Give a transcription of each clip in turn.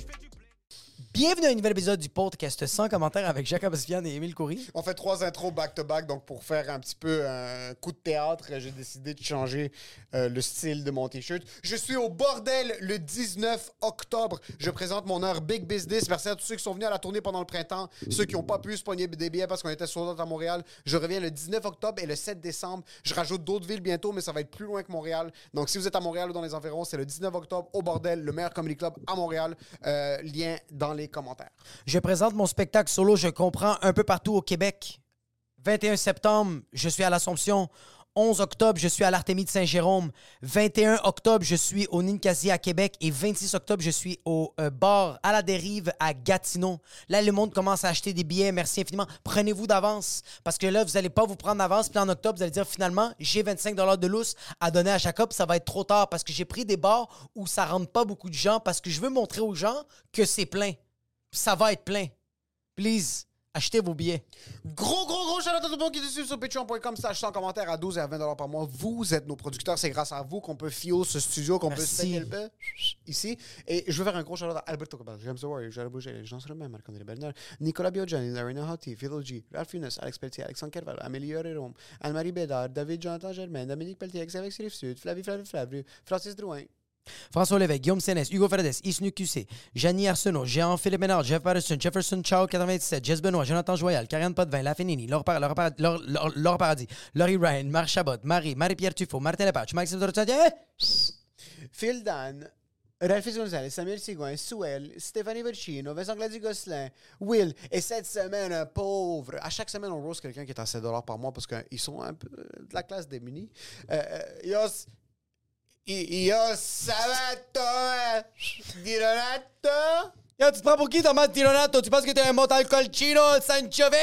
fais du blé. Bienvenue à un nouvel épisode du podcast sans commentaire avec Jacob Spian et Émile Coury. On fait trois intros back-to-back, donc pour faire un petit peu un coup de théâtre, j'ai décidé de changer euh, le style de mon t-shirt. Je suis au bordel le 19 octobre. Je présente mon heure Big Business. Merci à tous ceux qui sont venus à la tournée pendant le printemps, ceux qui n'ont pas pu se pogner des billets parce qu'on était sur à Montréal. Je reviens le 19 octobre et le 7 décembre. Je rajoute d'autres villes bientôt, mais ça va être plus loin que Montréal. Donc si vous êtes à Montréal ou dans les environs, c'est le 19 octobre au bordel, le meilleur comedy club à Montréal. Euh, lien dans les commentaires. Je présente mon spectacle solo, je comprends, un peu partout au Québec. 21 septembre, je suis à l'Assomption. 11 octobre, je suis à l'Artémie de Saint-Jérôme. 21 octobre, je suis au Ninkasi à Québec. Et 26 octobre, je suis au euh, bar à la dérive à Gatineau. Là, le monde commence à acheter des billets. Merci infiniment. Prenez-vous d'avance. Parce que là, vous n'allez pas vous prendre d'avance. Puis en octobre, vous allez dire finalement, j'ai 25 de lousse à donner à Jacob. Ça va être trop tard parce que j'ai pris des bars où ça rentre pas beaucoup de gens. Parce que je veux montrer aux gens que c'est plein. Puis ça va être plein. Please, achetez vos billets. Gros, gros, gros shout-out à tout le monde qui nous suit sur patreon.com slash sans commentaire à 12 et à 20 par mois. Vous êtes nos producteurs. C'est grâce à vous qu'on peut fio ce studio, qu'on peut Merci. se payer le bain ici. Et je veux faire un gros shout-out à Alberto Cabal, James The Warrior, Joël Bouger, Jean Solomon, Marc-André Bernard, Nicolas Biogiani, Larina Hottie, Philo G, Ralph Younes, Alex Pelletier, Alexandre Carvalho, Amélie Rome, Anne-Marie Bédard, David Jonathan Germain, Dominique Pelletier, Xavier Rive Sud, Flavie Flavie Flavie, Francis Drouin, François Lévesque, Guillaume Sénès, Hugo Fernandez, Isnu QC, Janie Arsenault, Jean Philippe Ménard, Jeff Patterson, Jefferson Chow 97, Jess Benoît, Jonathan Joyal, Karianne Potvin, La Fenini, Laure, Par- Laure Par- Laure- Laure- Laure Paradis, Laurie Ryan, Marc Chabot, Marie, Marie-Pierre Tufo, Martin Lepage, Maxime eh? Dorothy. Phil Dan, Ralphie Gonzalez, Samuel Sigouin, Souel, Stéphanie Vercino, Vincent Gladys-Gosselin, Will. Et cette semaine, un pauvre. À chaque semaine, on rose quelqu'un qui est à 7 par mois parce qu'ils sont un peu euh, de la classe démunie. Euh, euh, Yos. I- Yos Sabato. euh, Dironato. Yo, tu te prends pour qui, Thomas Di Donato? Tu penses que t'es un mot alcoolchino Sanchove?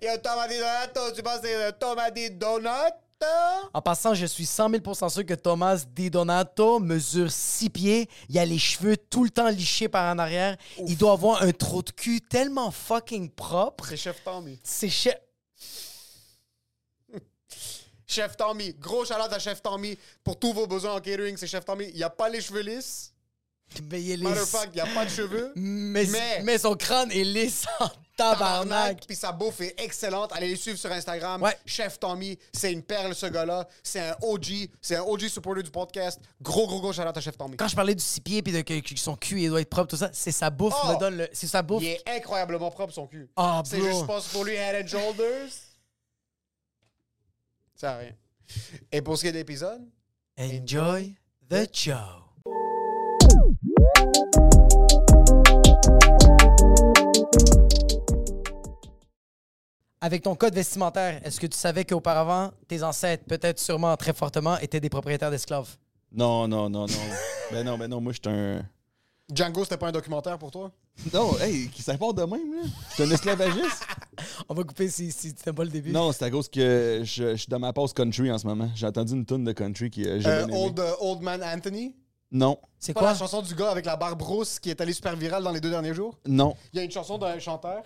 Yo Thomas Di Donato. Tu penses que c'est le Thomas Di Donato? En passant, je suis 100 000 sûr que Thomas Di Donato mesure 6 pieds. Il a les cheveux tout le temps lichés par en arrière. Il doit avoir un trou de cul tellement fucking propre. C'est Chef Tommy. C'est chef. Chef Tommy. Gros chalade à Chef Tommy. Pour tous vos besoins en catering, c'est Chef Tommy. Il n'y a pas les cheveux lisses. Mais il est lisse. Matter of fact, il n'y a pas de cheveux. mais, mais- mais son crâne est lisse en tabarnak. Puis sa bouffe est excellente. Allez les suivre sur Instagram. Ouais. Chef Tommy, c'est une perle ce gars-là. C'est un OG. C'est un OG supporter du podcast. Gros, gros, gros shout à Chef Tommy. Quand je parlais du six pieds puis de que, que son cul il doit être propre tout ça, c'est sa bouffe Oh! me donne le c'est sa bouffe. Il est incroyablement propre son cul. Ah, c'est bro. juste, je pense, pour lui, head and shoulders. Ça sert à rien. Et pour ce qui est de l'épisode, Enjoy the show. Avec ton code vestimentaire, est-ce que tu savais qu'auparavant, tes ancêtres, peut-être sûrement très fortement, étaient des propriétaires d'esclaves? Non, non, non, non. ben non, ben non, moi, je suis un. Django, c'était pas un documentaire pour toi? Non, hey, qui ça part de même, là? Je suis un esclavagiste? On va couper si, si c'était pas le début. non, c'est à cause que je, je suis dans ma pause country en ce moment. J'ai entendu une tune de country qui. euh, j'ai Euh, bien aimé. old, euh, old Man Anthony? Non, C'est Pas quoi? la chanson du gars avec la barbe rousse qui est allée super virale dans les deux derniers jours? non. Il y a une chanson d'un chanteur,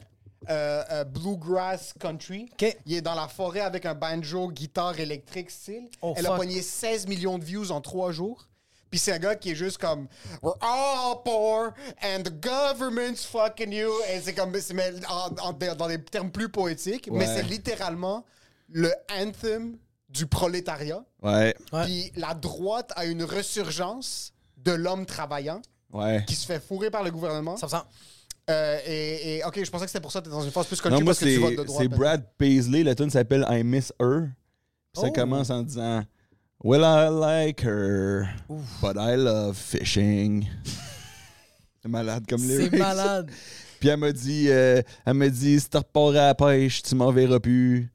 euh, euh, Bluegrass Country. Ok. Il est dans la forêt avec un banjo, guitare électrique style. Oh, Elle a fuck. pogné 16 millions de views en trois jours. Puis c'est un gars qui est juste comme We're all poor and the government's fucking you. Et c'est comme c'est- mais en- en- dans des termes plus poétiques, mais Ouais. c'est littéralement le anthem du prolétariat. Ouais. Ouais. Puis la droite a une resurgence de l'homme travaillant Ouais. qui se fait fourrer par le gouvernement. 100%. Euh, et, et- ok, je pensais que c'était pour ça que t'es dans une phase plus Non, country moi, parce que tu c'est votes de droite. ben. c'est maintenant. Brad Paisley. La tune s'appelle I Miss Her. Puis Ça Oh. commence en disant Well, I like her, but I love fishing. c'est malade comme C'est lyrics. malade. Puis elle m'a dit, euh, elle m'a dit, si t'as repars à la pêche, tu m'en verras plus.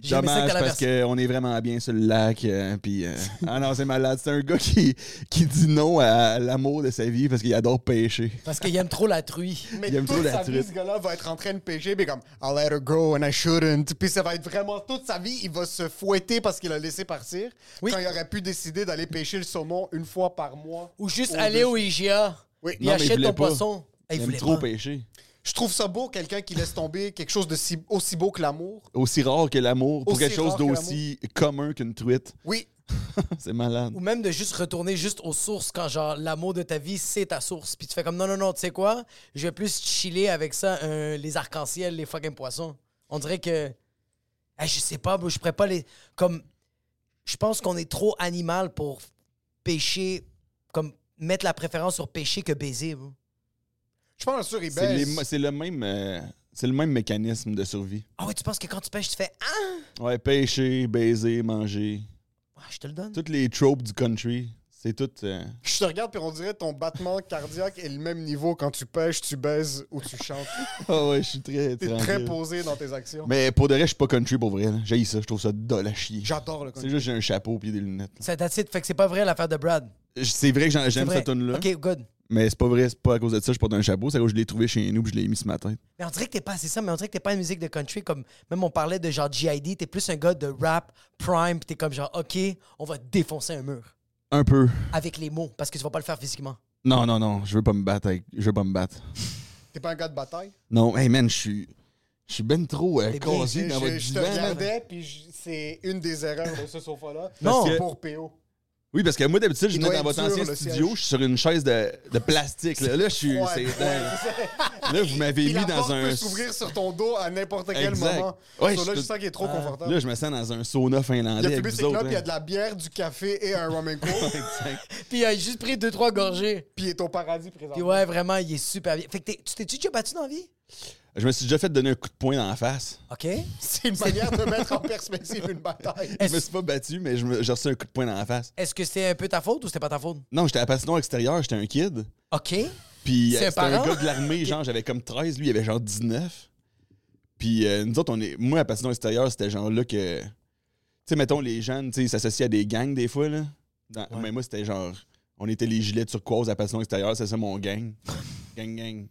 J'aimais ça que Dommage t'as la parce version- qu'on est vraiment bien sur le lac. euh, puis, euh, ah non, c'est malade. C'est un gars qui, qui dit non à l'amour de sa vie parce qu'il adore pêcher. Parce qu'il aime trop la truie. Mais Il aime trop toute la sa vie, truite. ce Ah, gars-là va être en train de pécher, mais comme I let her go and I shouldn't. Puis ça va être vraiment toute sa vie, il va se fouetter parce qu'il a laissé partir. Oui. Quand il aurait pu décider d'aller pêcher le saumon une fois par mois. Ou juste Au aller dessus. au IGA. Oui. Il Non, mais il achète voulait ton pas. poisson. Eh, Il aime voulait trop pas. pêcher. Je trouve ça beau, quelqu'un qui laisse tomber quelque chose de si- aussi beau que l'amour. Aussi rare que l'amour pour Aussi quelque chose rare que d'aussi commun qu'une truite. Oui. c'est malade. Ou même de juste retourner juste aux sources quand genre l'amour de ta vie c'est ta source. Puis tu fais comme non, non, non, tu sais quoi? Je vais plus chiller avec ça, euh, les arcs-en-ciel, les fucking poissons. On dirait que. Eh, je sais pas, bro, je pourrais pas les. Comme. Je pense qu'on est trop animal pour pêcher. Comme mettre la préférence sur pêcher que baiser, bro. Je pense sur eBay. C'est les mo- c'est le même, euh, c'est le même mécanisme de survie. Ah ouais, tu penses que quand tu pêches, tu fais Ah! Ouais, pêcher, baiser, manger. Ah, je te le donne. Toutes les tropes du country, c'est tout. euh, Je te regarde, puis on dirait ton battement cardiaque est le même niveau quand tu pêches, tu baises ou tu chantes. Ah ouais, je suis très T'es très tranquille. posé dans tes actions. Mais pour de vrai, je suis pas country pour vrai. là. J'haïs ça, je trouve ça dole à chier. J'adore le C'est country. juste j'ai un chapeau puis des lunettes. là. Ça that's it. Fait que c'est pas vrai l'affaire de Brad. J- C'est vrai que j'en- C'est j'aime vrai. cette tune là Ok, good. mais c'est pas vrai, c'est pas à cause de ça que je porte un chapeau, c'est à cause que je l'ai trouvé chez nous puis je l'ai mis sur ma tête. Mais on dirait que t'es pas assez ça, mais on dirait que t'es pas une musique de country comme même on parlait de genre G.I.D. T'es plus un gars de rap, prime, pis t'es comme genre ok, on va défoncer un mur Un peu. avec les mots parce que tu vas pas le faire physiquement. Non non non, je veux pas me battre avec je veux pas me battre. T'es pas un gars de bataille? Non, hey man, je suis je suis ben trop euh, T'es bien, Je, casé dans votre hein. je- je te divan, man. regardais, puis je- c'est une des erreurs de ce sofa-là. Non. C'est pour PO. Oui, parce que moi d'habitude, je Il venais doit dans être votre dur, ancien le studio, siège. je suis sur une chaise de, de plastique là, Là, je suis Ouais, c'est ouais, dingue. c'est- Là, vous m'avez Puis mis la dans porte un peut s'ouvrir sur ton dos à n'importe quel Exact. moment. Ouais, So je là, je te- Ah, sens qu'il est trop confortable. Là, je me sens dans un sauna il finlandais a fumé avec ses vous autres. clopes, il y a hein. de la bière, du café et un rum and coke, Exact. Puis il a juste pris deux trois gorgées. puis il est au paradis présent. Puis ouais, vraiment, il est super bien. Fait que t'es- tu t'es-tu déjà battu dans la vie? Je me suis déjà fait donner un coup de poing dans la face. Ok. C'est une manière de mettre en perspective une bataille. Je me suis pas battu, mais je me- j'ai reçu un coup de poing dans la face. Est-ce que c'est un peu ta faute ou c'était pas ta faute? Non, j'étais à Patinoire extérieur, j'étais un kid. Ok. Puis C'est euh, un c'était un parent? gars de l'armée, genre j'avais comme 13, lui il avait genre 19. Puis euh, nous autres, on est. Moi, à Patinoire extérieur, c'était genre là que. Tu sais, mettons, les jeunes, tu sais, ils s'associent à des gangs des fois, là. Dans- Mais moi, c'était genre. On était les gilets turquoise à Patinoire extérieur, c'est ça mon gang. gang, gang.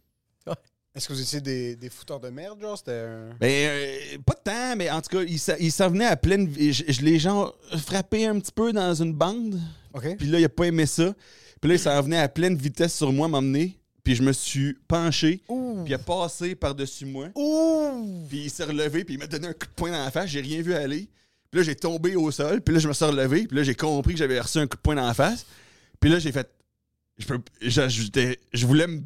Est-ce que vous étiez des, des fouteurs de merde, genre? C'était un... Ben, euh, pas de temps, mais en tout cas, il s'a- il s'en venait à pleine. vi- Je, je l'ai genre frappé un petit peu dans une bande. OK. Ben, Puis là, il a pas aimé ça. Puis là, il s'en venait à pleine vitesse sur moi, m'emmener. Puis je me suis penché. Puis il a passé par-dessus moi. Puis il s'est relevé. Puis il m'a donné un coup de poing dans la face. J'ai rien vu aller. Puis là, j'ai tombé au sol. Puis là, je me suis relevé. Puis là, j'ai compris que j'avais reçu un coup de poing dans la face. Puis là, j'ai fait. Je, peux, je, j'étais- je voulais me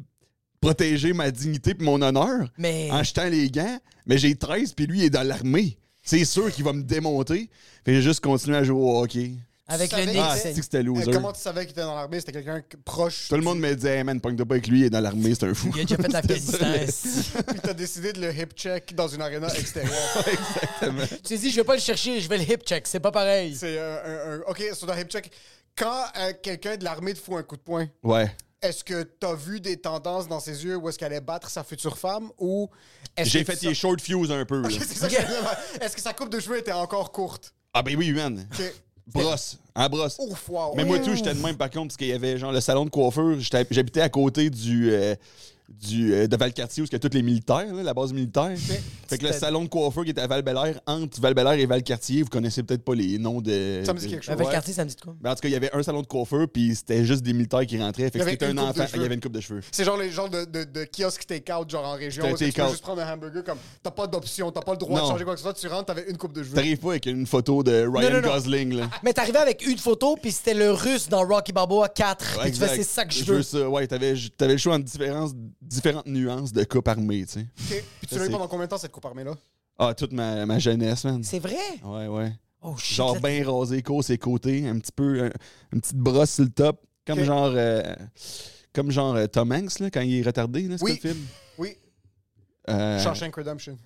protéger ma dignité puis mon honneur Mais- en jetant les gants, mais j'ai 13 puis lui il est dans l'armée. C'est sûr qu'il va me démonter. Fait que j'ai juste continué à jouer au hockey. Avec Tu le savais nez. que Ah, qui c'est saigne. que c'était Euh, loser. Comment tu savais qu'il était dans l'armée? C'était quelqu'un que- proche. Tout le monde me disait, hey man, pogne pas avec lui, il est dans l'armée, c'est un fou. Il a déjà fait l'Afghanistan. Désolé. esti. Puis t'as décidé de le hip-check dans une arena extérieure. Exactement. tu t'es dit, je vais pas le chercher, je vais le hip check. C'est pas pareil. C'est euh, un, un- un- OK, sur le hip-check. Quand euh, quelqu'un de l'armée te fout un coup de poing, Ouais. est-ce que t'as vu des tendances dans ses yeux où est-ce qu'elle allait battre sa future femme ou est-ce J'ai que fait ça- les short fuse un peu. là. C'est ça que j'allais dire. Est-ce que sa coupe de cheveux était encore courte? Ah ben oui, man. OK. Brosse. En brosse. Ouf, wow. Oh. Mais moi, tout, j'étais de même, par contre, parce qu'il y avait genre le salon de coiffure. j'étais- J'habitais à côté du, euh, du, euh, de Valcartier où il y a tous les militaires, là, la base militaire. Fait que le salon de coiffeur qui était à val entre val et Valcartier, vous connaissez peut-être pas les noms de. Ça me dit de- quelque chose. Avec quartier, ça me dit de quoi? Mais en tout cas, il y avait un salon de coiffeur, puis c'était juste des militaires qui rentraient. Fait Il y que avait c'était une un coupe de enfant, il cheveux. y avait une coupe de cheveux. C'est genre les genres de, de, de kiosques take-out, genre en région. C'était un où Tu peux take-out. juste prendre un hamburger comme t'as pas d'option, t'as pas le droit de Non. changer quoi que ce soit. Tu rentres, t'avais une coupe de cheveux. T'arrives pas avec une photo de Ryan non, Ah, non. Gosling, là. Mais t'arrivais avec une photo, puis c'était le russe dans Rocky Balboa 4. puis tu fais, c'est ça que je veux. ça. Ouais, t'avais, t'avais le choix entre différentes, différentes nuances de coupe armée, tu sais. Ok. Puis tu l'as eu c'est- pendant combien de temps cette coupe armée là Ah, toute ma, ma jeunesse, man. C'est vrai? Ouais, ouais. Oh shit. Genre ben là, bien rasé, court ses côtés, un petit peu, un- une petite brosse sur le top. Comme Ok. genre. euh, comme genre euh, Tom Hanks, là, quand il est retardé, là, c'est Oui. quoi le film. Oui. Euh, Shawshank Redemption.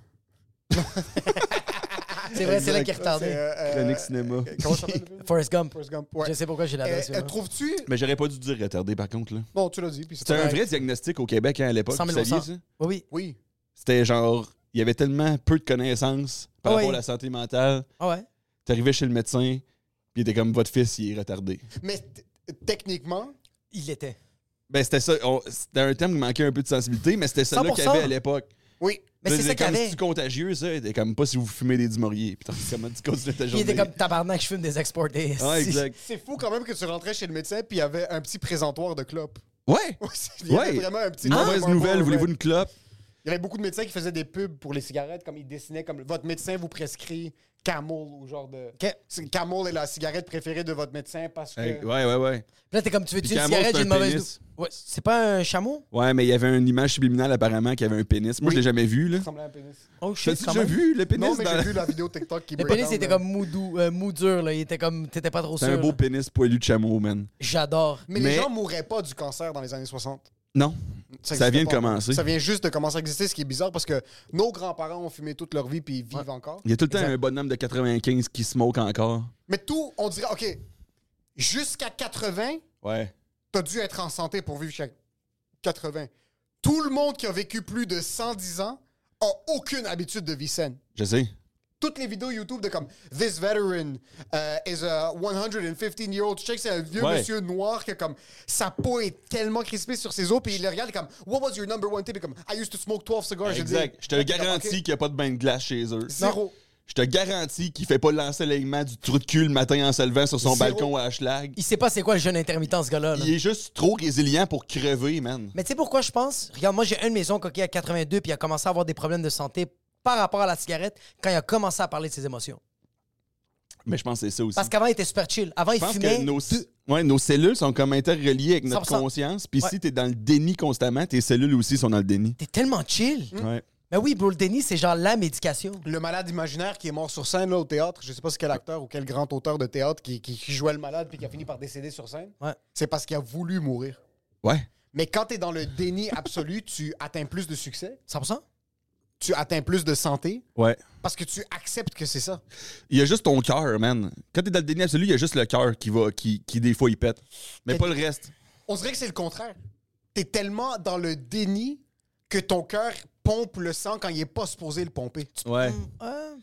C'est vrai, c'est là qu'il est C'est, retardé. euh, euh, Chronique cinéma. euh, Comment ça s'appelle le film? Forrest Gump. Forrest Gump. Ouais. Je sais pourquoi j'ai l'adresse. Euh, là. euh, Trouves-tu. Mais j'aurais pas dû dire retardé, par contre, là. Bon, tu l'as dit. Puis c'est C'était pas un grave. vrai diagnostic au Québec hein, à l'époque, 100 vous 000 saviez ça? Oui, oui. Oui. C'était genre, il y avait tellement peu de connaissances par Ah rapport oui. à la santé mentale. Ah ouais. T'arrivais chez le médecin, puis il était comme, votre fils, il est retardé. Mais t- techniquement, Il l'était. Ben, c'était ça. on- c'était un terme qui manquait un peu de sensibilité, mais c'était ça 100%. qu'il y avait à l'époque. oui. Mais c'est ça qu'il y comme avait. si tu contagieux, ça. C'était comme pas si vous fumez des dimoriers. Puis t'as- comment tu continues ta Il journée. était comme tabarnak, je fume des exports des. Ouais, exact. C'est fou quand même que tu rentrais chez le médecin puis il y avait un petit présentoir de clopes. Ouais! Il y avait vraiment un petit- Une mauvaise Ah! nouvelle, Ouais. voulez-vous une clope? Il y avait beaucoup de médecins qui faisaient des pubs pour les cigarettes, comme ils dessinaient comme votre médecin vous prescrit Camel ou genre de. C'est- Camel est la cigarette préférée de votre médecin parce que. Hey, ouais, ouais, ouais. Puis là, t'es comme, tu veux-tu Puis une Camel, cigarette, c'est j'ai une un mauvaise pénis. nou- Ouais, C'est pas un chameau? Ouais, mais il y avait une image subliminale apparemment qui avait un pénis. Moi, je l'ai jamais vu, là. Ça ressemblait à un pénis. Oh T'as-tu shit, quand déjà même. vu le pénis? Non, mais dans j'ai la- vu la vidéo TikTok qui Le break pénis down, était euh, comme mou, doux, euh, mou dur, là. Il était comme, t'étais pas trop C'est sûr. un beau là. pénis poilu de chameau, man. J'adore. Mais, les Mais- gens mouraient pas du cancer dans les années 60. Non. Ça existait vient de pas. commencer. Ça vient juste de commencer à exister, ce qui est bizarre parce que nos grands-parents ont fumé toute leur vie puis ils vivent encore. Il y a tout le temps un bonhomme de 95 qui smoke encore. Mais tout, on dirait, OK, jusqu'à 80, Ouais. t'as dû être en santé pour vivre jusqu'à 80. Tout le monde qui a vécu plus de 110 ans a aucune habitude de vie saine. Je sais. Toutes les vidéos YouTube de comme This veteran euh, is a 115 year old. Tu sais que c'est un vieux Ouais. monsieur noir que comme sa peau est tellement crispée sur ses os, puis il le regarde comme What was your number one tip? Et comme I used to smoke 12 cigars. J'ai Exact. dit- Je te garantis qu'il n'y a pas de bain de glace chez eux. Zéro. Non. Je te garantis qu'il fait pas l'ensoleillement du trou de cul le matin en se levant sur son Zéro. balcon à Schlag. Il sait pas c'est quoi le jeûne intermittent, ce gars-là. là. Il est juste trop résilient pour crever, man. Mais tu sais pourquoi je pense? Regarde, moi, j'ai un de mes oncles qui a 82 puis il a commencé à avoir des problèmes de santé par rapport à la cigarette quand il a commencé à parler de ses émotions. Mais je pense que c'est ça aussi. Parce qu'avant, il était super chill. Avant, il je pense fumait. que nos, deux- ouais, nos cellules sont comme interreliées avec notre 100%. conscience. Puis Ouais. si t'es dans le déni constamment, tes cellules aussi sont dans le déni. T'es tellement chill. Ouais. Mais oui, bro, le déni, c'est genre la médication. Le malade imaginaire qui est mort sur scène là, au théâtre, je sais pas c'est quel acteur ou quel grand auteur de théâtre qui, qui- qui jouait le malade puis qui a fini par décéder sur scène, Ouais. c'est parce qu'il a voulu mourir. Ouais. Mais quand tu es dans le déni absolu, tu atteins plus de succès, 100%? tu atteins plus de santé Ouais. parce que tu acceptes que c'est ça. Il y a juste ton cœur, man. Quand t'es dans le déni absolu, il y a juste le cœur qui va, qui, qui des fois il pète. Mais pas le reste. On dirait que c'est le contraire. Tu es tellement dans le déni que ton cœur pompe le sang quand il est pas supposé le pomper. Ouais. Euh,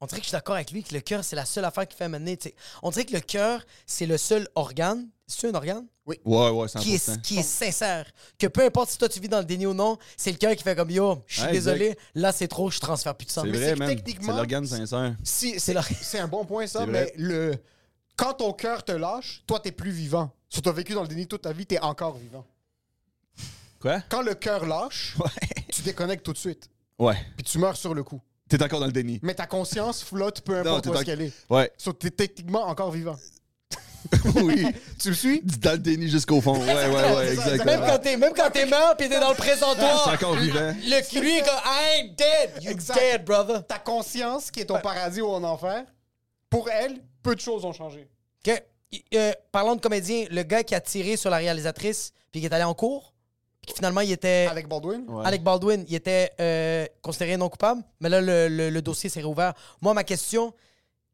on dirait que je suis d'accord avec lui que le cœur, c'est la seule affaire qui fait mener. tu sais. On dirait que le cœur, c'est le seul organe. C'est un organe? Ouais, ouais, 100%. qui est, qui est sincère. Que peu importe si toi tu vis dans le déni ou non, c'est le cœur qui fait comme yo, je suis Ouais, désolé, là c'est trop, je transfère plus de sang. C'est Mais vrai, que man. techniquement, C'est l'organe sincère. Si, C'est c'est, la- c'est un bon point, ça, C'est mais vrai. le, quand ton cœur te lâche, toi, tu es plus vivant. Si tu as vécu dans le déni toute ta vie, tu es encore vivant. Quoi? Quand le cœur lâche, tu déconnectes tout de suite, Ouais. puis tu meurs sur le coup. T'es encore dans le déni. Mais ta conscience flotte, peu Non, importe t'es où est-ce en- qu'elle est. Ouais. So, t'es techniquement encore vivant. oui. Tu me suis? Dans le déni jusqu'au fond. Ouais, ouais, ouais, Même exactement. quand t'es, même quand t'es mort pis t'es dans le C'est présentoir, encore vivant. le lui est comme I ain't dead, you Exact. dead brother. Ta conscience, qui est ton paradis ou en enfer, pour elle, peu de choses ont changé. Que, euh, parlant de comédien, le gars qui a tiré sur la réalisatrice puis qui est allé en cours, puis finalement il était Alec Baldwin? Alec Baldwin, il était euh, considéré non coupable, mais là, le, le- le dossier s'est réouvert. Moi, ma question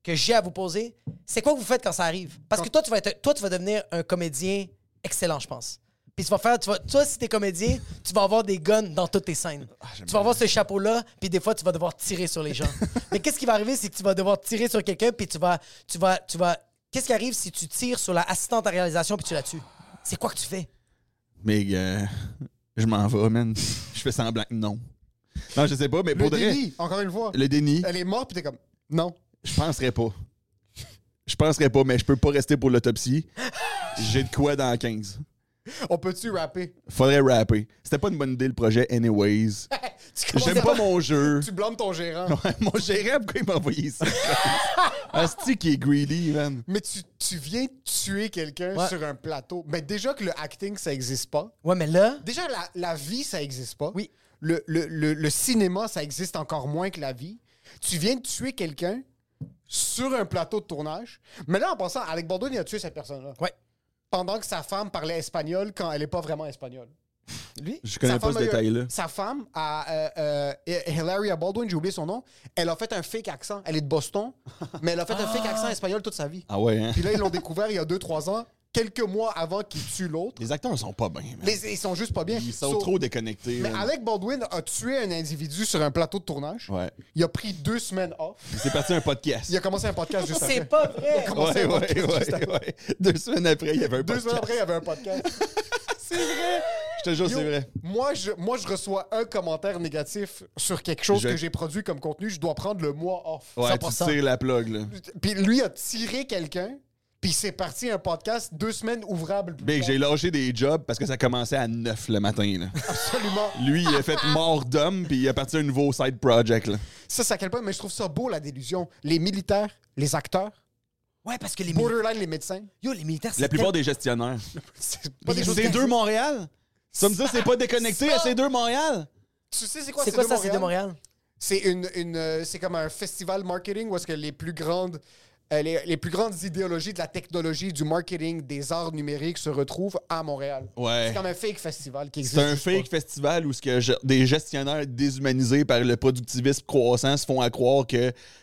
que j'ai à vous poser, c'est quoi que vous faites quand ça arrive? Parce que toi, tu vas, être, toi, tu vas devenir un comédien excellent, je pense. Puis tu vas faire, tu vas, toi, si t'es comédien, tu vas avoir des guns dans toutes tes scènes. tu vas avoir ce chapeau-là, puis des fois, tu vas devoir tirer sur les gens. mais qu'est-ce qui va arriver, c'est que tu vas devoir tirer sur quelqu'un, puis tu vas, tu vas, tu vas. Qu'est-ce qui arrive si tu tires sur l'assistante à réalisation, puis tu la tues? C'est quoi que tu fais? Mais euh, je m'en vais, man. Je fais semblant que non. Non, je sais pas, mais Le pour de vrai, déni, encore une fois. le déni, Elle est morte, puis t'es comme, non. je penserais pas. Je penserais pas, mais je peux pas rester pour l'autopsie. J'ai de quoi dans 15. On peut-tu rapper? Faudrait rapper. C'était pas une bonne idée le projet, anyways. Tu commences J'aime à- pas mon jeu. Tu blâmes ton gérant. Ouais, mon gérant, pourquoi il m'a envoyé ça? Asti qui est greedy, man. Mais tu, tu viens tuer quelqu'un Ouais. sur un plateau. Mais déjà que le acting, ça existe pas. Ouais, mais là, Déjà, la, la vie, ça existe pas. Oui. Le, le- le- le cinéma, ça existe encore moins que la vie. Tu viens de tuer quelqu'un sur un plateau de tournage. Mais là, en passant, Alec Baldwin, il a tué cette personne-là. ouais. Pendant que sa femme parlait espagnol quand elle est pas vraiment espagnole. Lui? Je connais Sa pas ce femme a eu- détail-là. Sa femme, a, euh, euh, Hilaria Baldwin, j'ai oublié son nom, elle a fait un fake accent. Elle est de Boston, mais elle a fait un fake accent espagnol toute sa vie. Ah ouais, hein? Puis là, ils l'ont découvert il y a 2-3 ans, quelques mois avant qu'il tue l'autre. Les acteurs sont pas bien, man. Les- Ils sont juste pas bien. Ils sont So- trop déconnectés. Mais man. Alec Baldwin a tué un individu sur un plateau de tournage. Ouais. Il a pris deux semaines off. Puis C'est parti un podcast. Il a commencé un podcast juste après. vrai! Il a commencé Ouais, un podcast ouais, juste après. ouais, ouais. Deux semaines après, il y avait un Deux podcast. semaines après, il y avait un podcast. C'est vrai. Je te jure, Yo, c'est vrai. Moi je, moi, je reçois un commentaire négatif sur quelque chose Je- que j'ai produit comme contenu. Je dois prendre le mois off. Ouais, 100%. tu tires la plug, là. Puis lui a tiré quelqu'un, puis c'est parti un podcast deux semaines ouvrables. plus Big, tard. j'ai lâché des jobs parce que ça commençait à 9 le matin, là. Absolument. Lui, il a fait mort d'homme, puis il a parti un nouveau side project, là. Ça, c'est à quel point, mais je trouve ça beau, la délusion. Les militaires, les acteurs, Ouais, parce que les, mili- borderline, les médecins. Yo, les militaires, La c'est plupart tel- des gestionnaires. C'est pas des choses C'est deux Montréal? Ça me dit, c'est pas déconnecté à ces deux Montréal? Tu sais, c'est quoi, C'est quoi ça, c'est de Montréal? C'est une, une, euh, c'est comme un festival marketing où est-ce que les plus grandes euh, les, les plus grandes idéologies de la technologie, du marketing, des arts numériques se retrouvent à Montréal. Ouais. C'est comme un fake festival qui existe. C'est un juste fake pas. festival où ce que je- des gestionnaires déshumanisés par le productivisme croissant se font à croire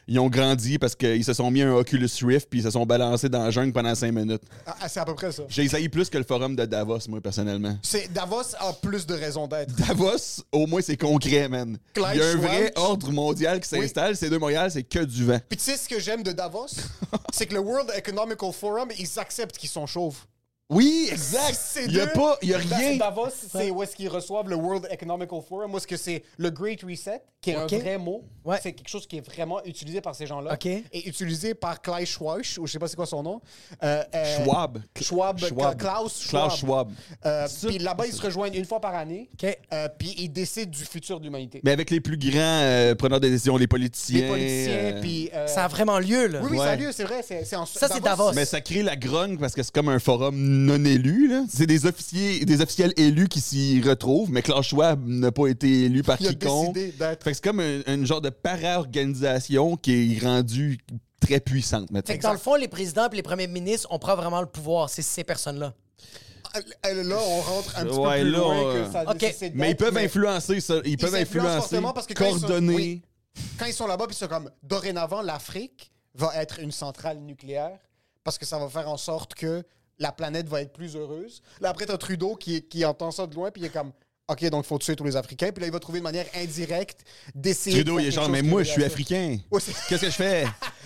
qu'ils ont grandi parce qu'ils se sont mis un Oculus Rift puis ils se sont balancés dans la jungle pendant cinq minutes. Ah, ah, c'est à peu près ça. J'ai essayé plus que le forum de Davos, moi, personnellement. C'est, Davos a plus de raisons d'être. Davos, au moins, c'est concret, man. Il y Clyde a un vrai Schwab. ordre mondial qui s'installe. Ces deux Montréal, c'est que du vent. Puis tu sais ce que j'aime de Davos? c'est que le World Economical Forum, ils acceptent qu'ils sont chauves. Oui, exact. C'est Il n'y a deux. pas, il y a Da- rien. Davos, c'est où est-ce qu'ils reçoivent le World Economical Forum, où est-ce que c'est le Great Reset, qui est Ok. un vrai mot. Ouais. C'est quelque chose qui est vraiment utilisé par ces gens-là. Ok. Et utilisé par Klaus Schwab, ou je sais pas c'est quoi son nom. Euh, euh, Schwab. Schwab. Schwab. Klaus Schwab. Klaus Schwab. Euh, C'est ça. puis là-bas, ils se rejoignent une fois par année. Ok. Euh, puis ils décident du futur de l'humanité. Mais avec les plus grands euh, preneurs de décisions, les politiciens. Les politiciens, euh, puis... euh, Ça a vraiment lieu, là. Oui, oui, ça a Ouais. lieu, c'est vrai. C'est, c'est en... Ça, c'est Davos. Mais ça crée la grogne parce que c'est comme un forum non élu. là. C'est des officiers, des officiels élus qui s'y retrouvent, mais Klaus Schwab n'a pas été élu par Il a quiconque. décidé d'être- Fait que c'est comme un- une genre de para-organisation qui est rendue très puissante. mettons. Fait que dans le fond, les présidents et les premiers ministres, on prend vraiment le pouvoir. C'est ces personnes-là. Ah, Là, on rentre un petit Ouais, peu plus là, loin on- que ça Ok. nécessite mais ils d'être, peuvent influencer ça. Ils, peuvent s'influencent influencer, fortement parce que quand ils sont- coordonner. oui. quand ils sont là-bas, puis c'est comme dorénavant, l'Afrique va être une centrale nucléaire parce que ça va faire en sorte que la planète va être plus heureuse. Là, après, t'as Trudeau qui, qui entend ça de loin, puis il est comme. OK, donc il faut tuer tous les Africains. Puis là, il va trouver une manière indirecte d'essayer. de faire Trudeau, il est quelque genre, chose mais qui moi, est je suis relatif. africain. Ouais, c'est- Qu'est-ce que je fais?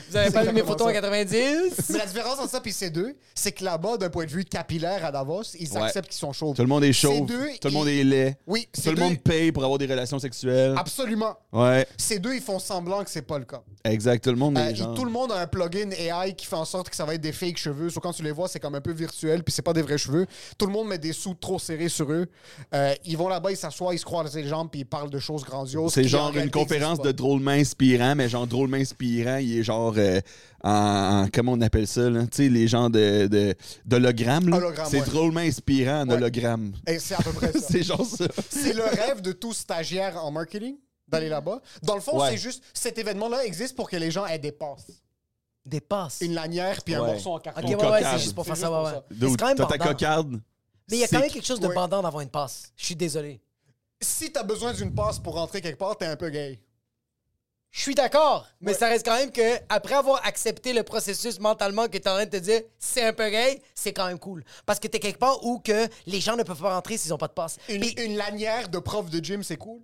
Vous avez pas vu mes exactement photos en ça. 90? Mais la différence entre ça et ces deux, c'est que là-bas, d'un point de vue capillaire à Davos, ils Ouais. acceptent qu'ils sont chauds. Tout le monde est Ces chauve. deux, tout le monde ils- est laid. Oui, ces tout le deux- monde paye pour avoir des relations sexuelles. Absolument. Ouais, Ces deux, ils font semblant que c'est pas le cas. exact. Tout le monde est. Euh, et genre- tout le monde a un plugin AI qui fait en sorte que ça va être des fake cheveux. So, quand tu les vois, c'est comme un peu virtuel, puis c'est pas des vrais cheveux. Tout le monde met des sous trop serrés sur eux. Euh, ils vont là-bas, ils s'assoient, ils se croisent les jambes, puis ils parlent de choses grandioses. C'est qui, en genre une réalité, conférence de existent drôlement inspirant, mais genre drôlement inspirant, il est genre euh, en, en- comment on appelle ça là, tu sais les gens de de d'hologramme là. Hologramme, C'est ouais. drôlement inspirant en hologramme. pas. Et C'est à peu près ça. C'est genre ça. c'est le rêve de tout stagiaire en marketing d'aller là-bas. Dans le fond, Ouais. c'est juste cet événement-là existe pour que les gens aient des passes. Dépasse. Une lanière puis un Ouais. morceau en carton. Ok, ouais, Ou ouais, cocarde. c'est juste pour C'est faire juste ça. pour Ouais, ouais. ça. Mais C'est quand même T'as ta bandant. cocarde. Mais il y a C'est- quand même quelque chose de Ouais. bandant d'avoir une passe. Je suis désolé. Si t'as besoin d'une passe pour rentrer quelque part, t'es un peu gay. Je suis d'accord, mais ça reste quand même que, après avoir accepté le processus mentalement que tu en train de te dire, c'est un peu gay, c'est quand même cool. Parce que t'es quelque part où que les gens ne peuvent pas rentrer s'ils n'ont pas de passe. Une, Puis- une lanière de prof de gym, c'est cool.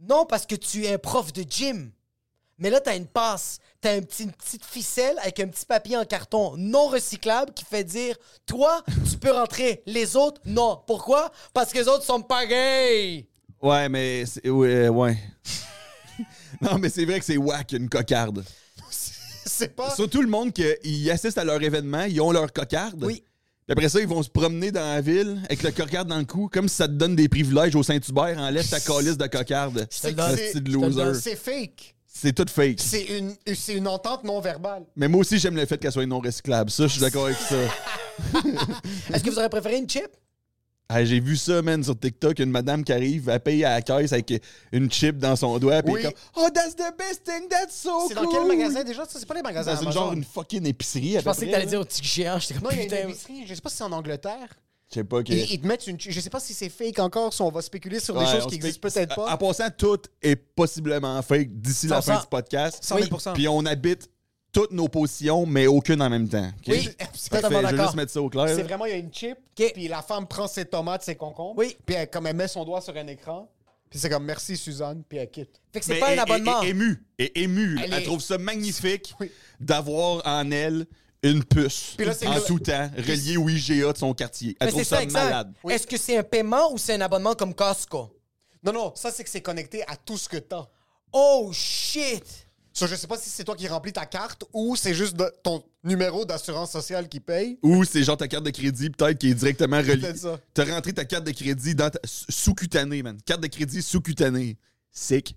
Non, parce que tu es un prof de gym. Mais là, t'as une passe. T'as un petit- une petite ficelle avec un petit papier en carton non recyclable qui fait dire Toi, tu peux rentrer. Les autres, non. Pourquoi Parce que les autres sont pas gays. Ouais, mais. c'est- Ouais. ouais. non, mais c'est vrai que c'est whack une cocarde. C'est pas. Surtout le monde qui assiste à leur événement, ils ont leur cocarde. Oui. Puis après ça, ils vont se promener dans la ville avec le cocarde dans le cou, comme si ça te donne des privilèges au Saint-Hubert. Enlève ta calice de cocarde. te le donne. Hostie Je te de le donne. loser. C'est fake. C'est tout fake. C'est une, c'est une entente non verbale. Mais moi aussi, j'aime le fait qu'elle soit non recyclable. Ça, je suis d'accord avec ça. Est-ce que vous auriez préféré une chip Ah, J'ai vu ça, man, sur TikTok. Une madame qui arrive, elle paye à la caisse avec une chip dans son doigt. Puis Oui. comme, oh, that's the best thing, that's so C'est cool. dans quel magasin déjà Ça, c'est pas les magasins. Oh, Dans une Amazon. genre une fucking épicerie. Je pensais que t'allais dire au petit géant. J'étais comme Non, il y a putain. une épicerie. Je sais pas si c'est en Angleterre. Je sais pas que. Ils, ils te mettent une. Je sais pas si c'est fake encore, si on va spéculer sur des Ouais, choses on Ah, qui se fait- existent peut-être En- pas. En passant, tout est possiblement fake d'ici la 100%. fin du podcast. 100 000%. Puis on habite toutes nos positions, mais aucune en même temps. OK? Oui, Parfait, totalement Je vais d'accord. juste mettre ça au clair. C'est là. vraiment, il y a une chip, Ok. puis la femme prend ses tomates, ses concombres, Oui. puis elle, comme elle met son doigt sur un écran, puis c'est comme merci Suzanne, puis elle quitte. Fait que c'est Mais pas elle- un abonnement. Elle est émue. Elle est émue. Elle Elle, est- trouve ça magnifique Oui. d'avoir en elle une puce Puis là, c'est en que- tout temps reliée au IGA de son quartier. Elle Mais trouve c'est ça, ça, exact. malade. Est-ce que c'est un paiement ou c'est un abonnement comme Costco Non, non, ça c'est que c'est connecté à tout ce que t'as. Oh shit So, je sais pas si c'est toi qui remplis ta carte ou c'est juste de- ton numéro d'assurance sociale qui paye. Ou c'est genre ta carte de crédit, peut-être, qui est directement reliée. Peut-être ça. T'as rentré ta carte de crédit dans ta sous-cutanée, man. Carte de crédit sous-cutanée. Sick.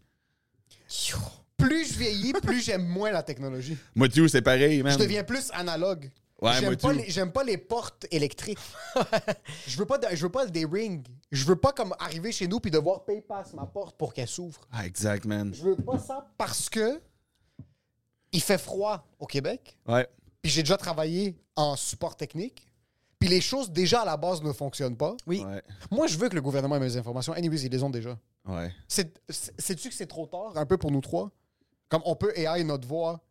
Plus je vieillis, plus j'aime moins la technologie. Moi, tout, c'est pareil, man. Je deviens plus analogue. Ah Ouais, j'aime moi pas too. les- j'aime pas les portes électriques. je veux pas de- je veux pas des rings. Je veux pas comme arriver chez nous puis devoir payer passe ma porte pour qu'elle s'ouvre. Ah, exact, man. Je veux pas ça parce que il fait froid au Québec. Ouais. Puis j'ai déjà travaillé en support technique. Puis les choses déjà à la base ne fonctionnent pas. Oui. Ouais. Moi, je veux que le gouvernement ait mes informations. Anyways, ils les ont déjà. Ouais. C'est- c'est- Sais-tu que c'est trop tard un peu pour nous trois? Comme on peut AI notre voix.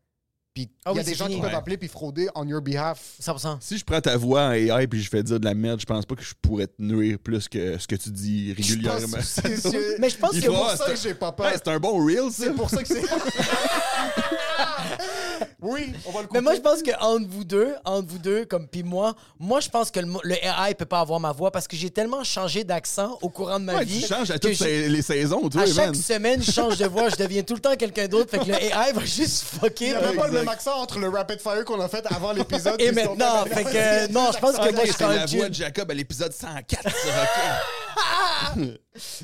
Puis il Ah y a oui, des c'est gens qui fini. peuvent Ouais. appeler puis frauder on your behalf. 100%. Si je prends ta voix en AI puis je fais dire de la merde, je pense pas que je pourrais te nuire plus que ce que tu dis régulièrement. Je pense que c'est- c'est- Mais je pense Il que faut- pour Ah, ça c'est- que j'ai pas peur. Ouais, c'est un bon reel, ça. C'est pour ça que c'est. oui, on va le couper. Mais moi, je pense que entre vous deux, entre vous deux, comme puis moi, moi, je pense que le, mo- le AI peut pas avoir ma voix parce que j'ai tellement changé d'accent au courant de ma Ouais, vie. tu changes à que toutes je- ces- les saisons, à toi, chaque man. semaine, je change de voix, je deviens tout le temps quelqu'un d'autre. Fait que le AI va juste fucker. Il n'y a même pas le même Exact. accent entre le rapid fire qu'on a fait avant l'épisode. Et puis son- maintenant, fait que, non, je Ah, pense que moi, je suis C'est quand la même voix chill. de Jacob à l'épisode 104, ça, ok.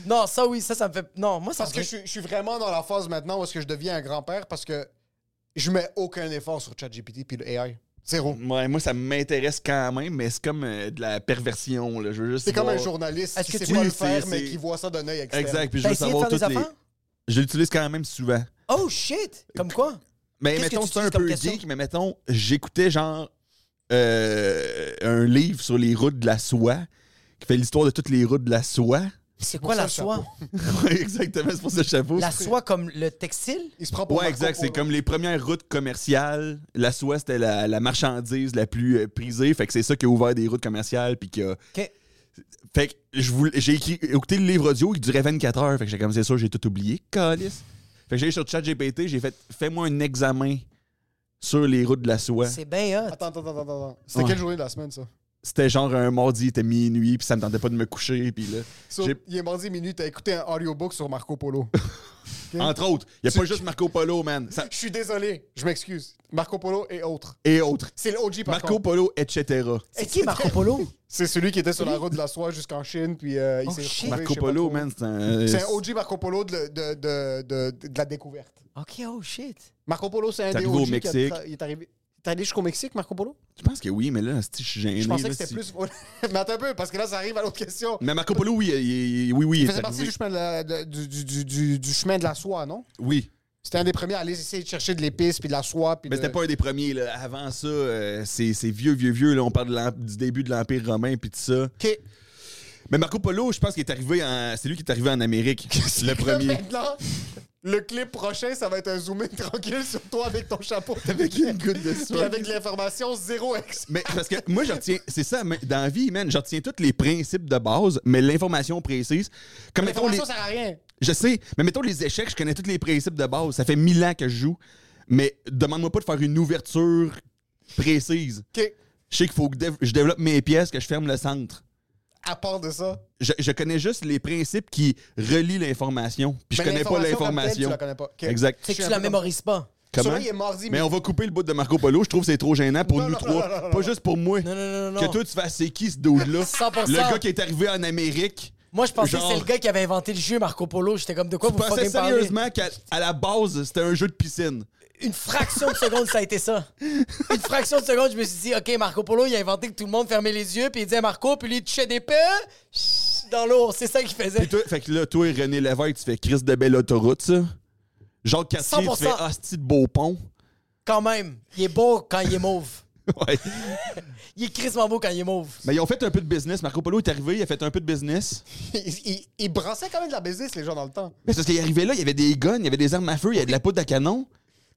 Non, ça oui, ça, ça me fait. Non, moi, ça Parce me que je, suis- je suis vraiment dans la phase maintenant où est-ce que je deviens un grand-père parce que je mets aucun effort sur ChatGPT puis le AI. Zéro. Ouais, moi, ça m'intéresse quand même, mais c'est comme euh, de la perversion, là. Je veux juste C'est comme voir- un journaliste Est-ce qui que sait tu- pas Oui, le faire, c'est- mais c'est- qui voit ça d'un œil externe. Exact, puis je T'as veux essayé de savoir faire toutes des les... affaires? Je l'utilise quand même souvent. Oh shit! Comme quoi? Mais Qu'est-ce que mettons, tu c'est un utilises comme peu question? geek, mais mettons, j'écoutais genre euh, un livre sur les routes de la soie qui fait l'histoire de toutes les routes de la soie. C'est quoi ça, la le soie? Ouais, Exactement, c'est pour ce chapeau. La soie comme le textile? Il se prend pour Ouais, Marco exact. C'est Polo. comme les premières routes commerciales. La soie, c'était la, la marchandise la plus euh, prisée. Fait que c'est ça qui a ouvert des routes commerciales. Puis qui a- Ok. Fait que je voulais- j'ai écrit- écouté le livre audio qui durait 24 heures. Fait que j'ai comme c'est ça, j'ai tout oublié. Calice. Fait que j'ai allé sur ChatGPT, j'ai fait fais-moi un examen sur les routes de la soie. C'est bien hot. Attends, attends, attends, attends. attends. C'était Ouais. quelle journée de la semaine, ça? C'était genre un mardi, il était minuit, puis ça me tentait pas de me coucher, puis là. So, j'ai- il est mardi minuit, t'as écouté un audiobook sur Marco Polo. Entre autres, il y a pas juste Marco Polo, man. Ça- je suis désolé, je m'excuse. Marco Polo et autres. Et autres. C'est le OG, par Marco contre. Polo, etc. C'est qui Marco Polo? C'est celui qui était sur la route de la soie jusqu'en Chine, puis euh, il Oh, s'est shit. retrouvé, je Marco sais pas Polo, trop. man, c'est un. C'est un OG Marco Polo de, de, de, de, de la découverte. Ok, oh shit. Marco Polo, c'est un T'es des arrivé au OG qui a- Mexique. tra- il est arrivé. T'es allé jusqu'au Mexique, Marco Polo? Je pense que oui, mais là, hostie, je suis gêné. Je pensais là, que c'était si- plus. Mais attends un peu, parce que là, ça arrive à l'autre question. Mais Marco Polo, oui, il- il- oui, oui, Il il est faisait partie arrivé. du chemin de la, de- du, du- du- du- du chemin de la soie, non? Oui. C'était un des premiers à aller essayer de chercher de l'épice, puis de la soie, puis Mais de- c'était pas un des premiers. Là. Avant ça, euh, c'est c'est vieux, vieux, vieux. Là, on parle de l'em- du début de l'Empire romain puis de ça. Ok. Mais Marco Polo, je pense qu'il est arrivé en. C'est lui qui est arrivé en Amérique. le premier. Maintenant, le clip prochain, ça va être un zoom in tranquille sur toi avec ton chapeau. Avec une goutte de Puis soie. avec l'information zéro ex. Mais parce que moi, je retiens. C'est ça, mais dans la vie, man, je retiens tous les principes de base, mais l'information précise. Comme mettons les. L'information sert à rien. Je sais, mais mettons les échecs, je connais tous les principes de base. Ça fait mille ans que je joue. Mais demande-moi pas de faire une ouverture précise. OK. Je sais qu'il faut que dév- je développe mes pièces, que je ferme le centre. À part de ça. Je, je connais juste les principes qui relient l'information. Puis je Mais connais pas l'information comme telle, tu l'information. la connais pas. OK. Exact. C'est Je que suis tu un la peu comme- mémorises pas. Comment? Surveille est mardi, mais mais- on va couper le bout de Marco Polo. Je trouve que c'est trop gênant pour Non, nous non, trois. non, non, non, pas non. juste pour moi. Non, non, non, non, Que non. toi, tu fasses c'est qui ce dude-là? 100%. Le gars qui est arrivé en Amérique. Moi, je pensais Genre- que c'est le gars qui avait inventé le jeu Marco Polo. J'étais comme de quoi Je vous pensais fucking parler? sérieusement qu'à à la base, c'était un jeu de piscine. Une fraction de seconde, ça a été ça. Une fraction de seconde, je me suis dit, OK, Marco Polo, il a inventé que tout le monde fermait les yeux, puis il disait Marco, puis lui, il touchait des pets dans l'eau. C'est ça qu'il faisait. Puis toi, fait que là, toi, René Lévesque, tu fais Chris de belle autoroute, ça. Jacques Cartier, tu 100%. fais Hostie de beau pont. Quand même, il est beau quand il est mauve. Ouais. Il est crissement beau quand il est mauve. Mais ils ont fait un peu de business. Marco Polo est arrivé, il a fait un peu de business. Il, il, il brassait quand même de la business, les gens, dans le temps. Mais c'est parce qu'il est arrivé là, il y avait des guns, il y avait des armes à feu, il y avait de la poudre à canon.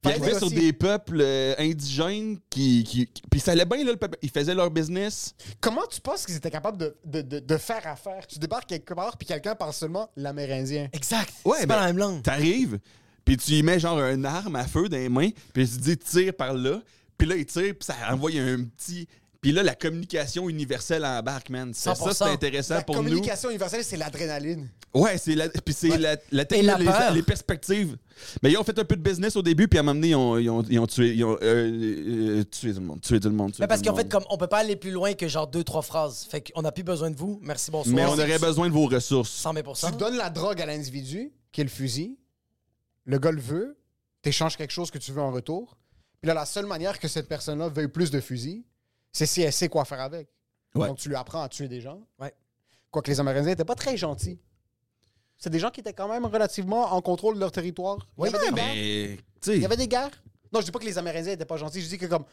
Puis il Ouais. arrivait sur Aussi. des peuples euh, indigènes qui, qui- qui- Puis ça allait bien, là, le peuple. Ils faisaient leur business. Comment tu penses qu'ils étaient capables de, de, de, de faire affaire? Tu débarques quelque part, puis quelqu'un parle seulement l'amérindien. Exact. Ouais, c'est ben, pas la même langue. T'arrives, puis tu y mets genre une arme à feu dans les mains, puis tu dis tire par là, puis là il tire, puis ça envoie un petit. Puis là, la communication universelle embarque, man. C'est ça, c'est 100%. intéressant La pour communication universelle, c'est l'adrénaline. nous. Ouais, c'est la, puis c'est la, la Et la technologie, peur. les, les perspectives. Mais ils ont fait un peu de business au début, puis à un moment donné, ils ont, ils ont- ils ont tué, ils ont, euh, euh, tué tout le monde, tué tout le monde. tué Mais parce tout le qu'en fait, monde. comme on peut pas aller plus loin que genre deux, trois phrases. Fait qu'on n'a plus besoin de vous. Merci, bonsoir. Mais on aurait besoin de vos ressources. 100 000 Tu donnes la drogue à l'individu, qui est le fusil. Le gars le veut. T'échanges quelque chose que tu veux en retour. Puis là, la seule manière que cette personne-là veuille plus de fusil, c'est si elle sait quoi faire avec. Ouais. Donc, tu lui apprends à tuer des gens. Ouais. Quoique les Amérindiens n'étaient pas très gentils. C'est des gens qui étaient quand même relativement en contrôle de leur territoire. Il y avait des guerres. Mais, Il tu y sais, avait des guerres. Non, je dis pas que les Amérindiens n'étaient pas gentils. Je dis que comme...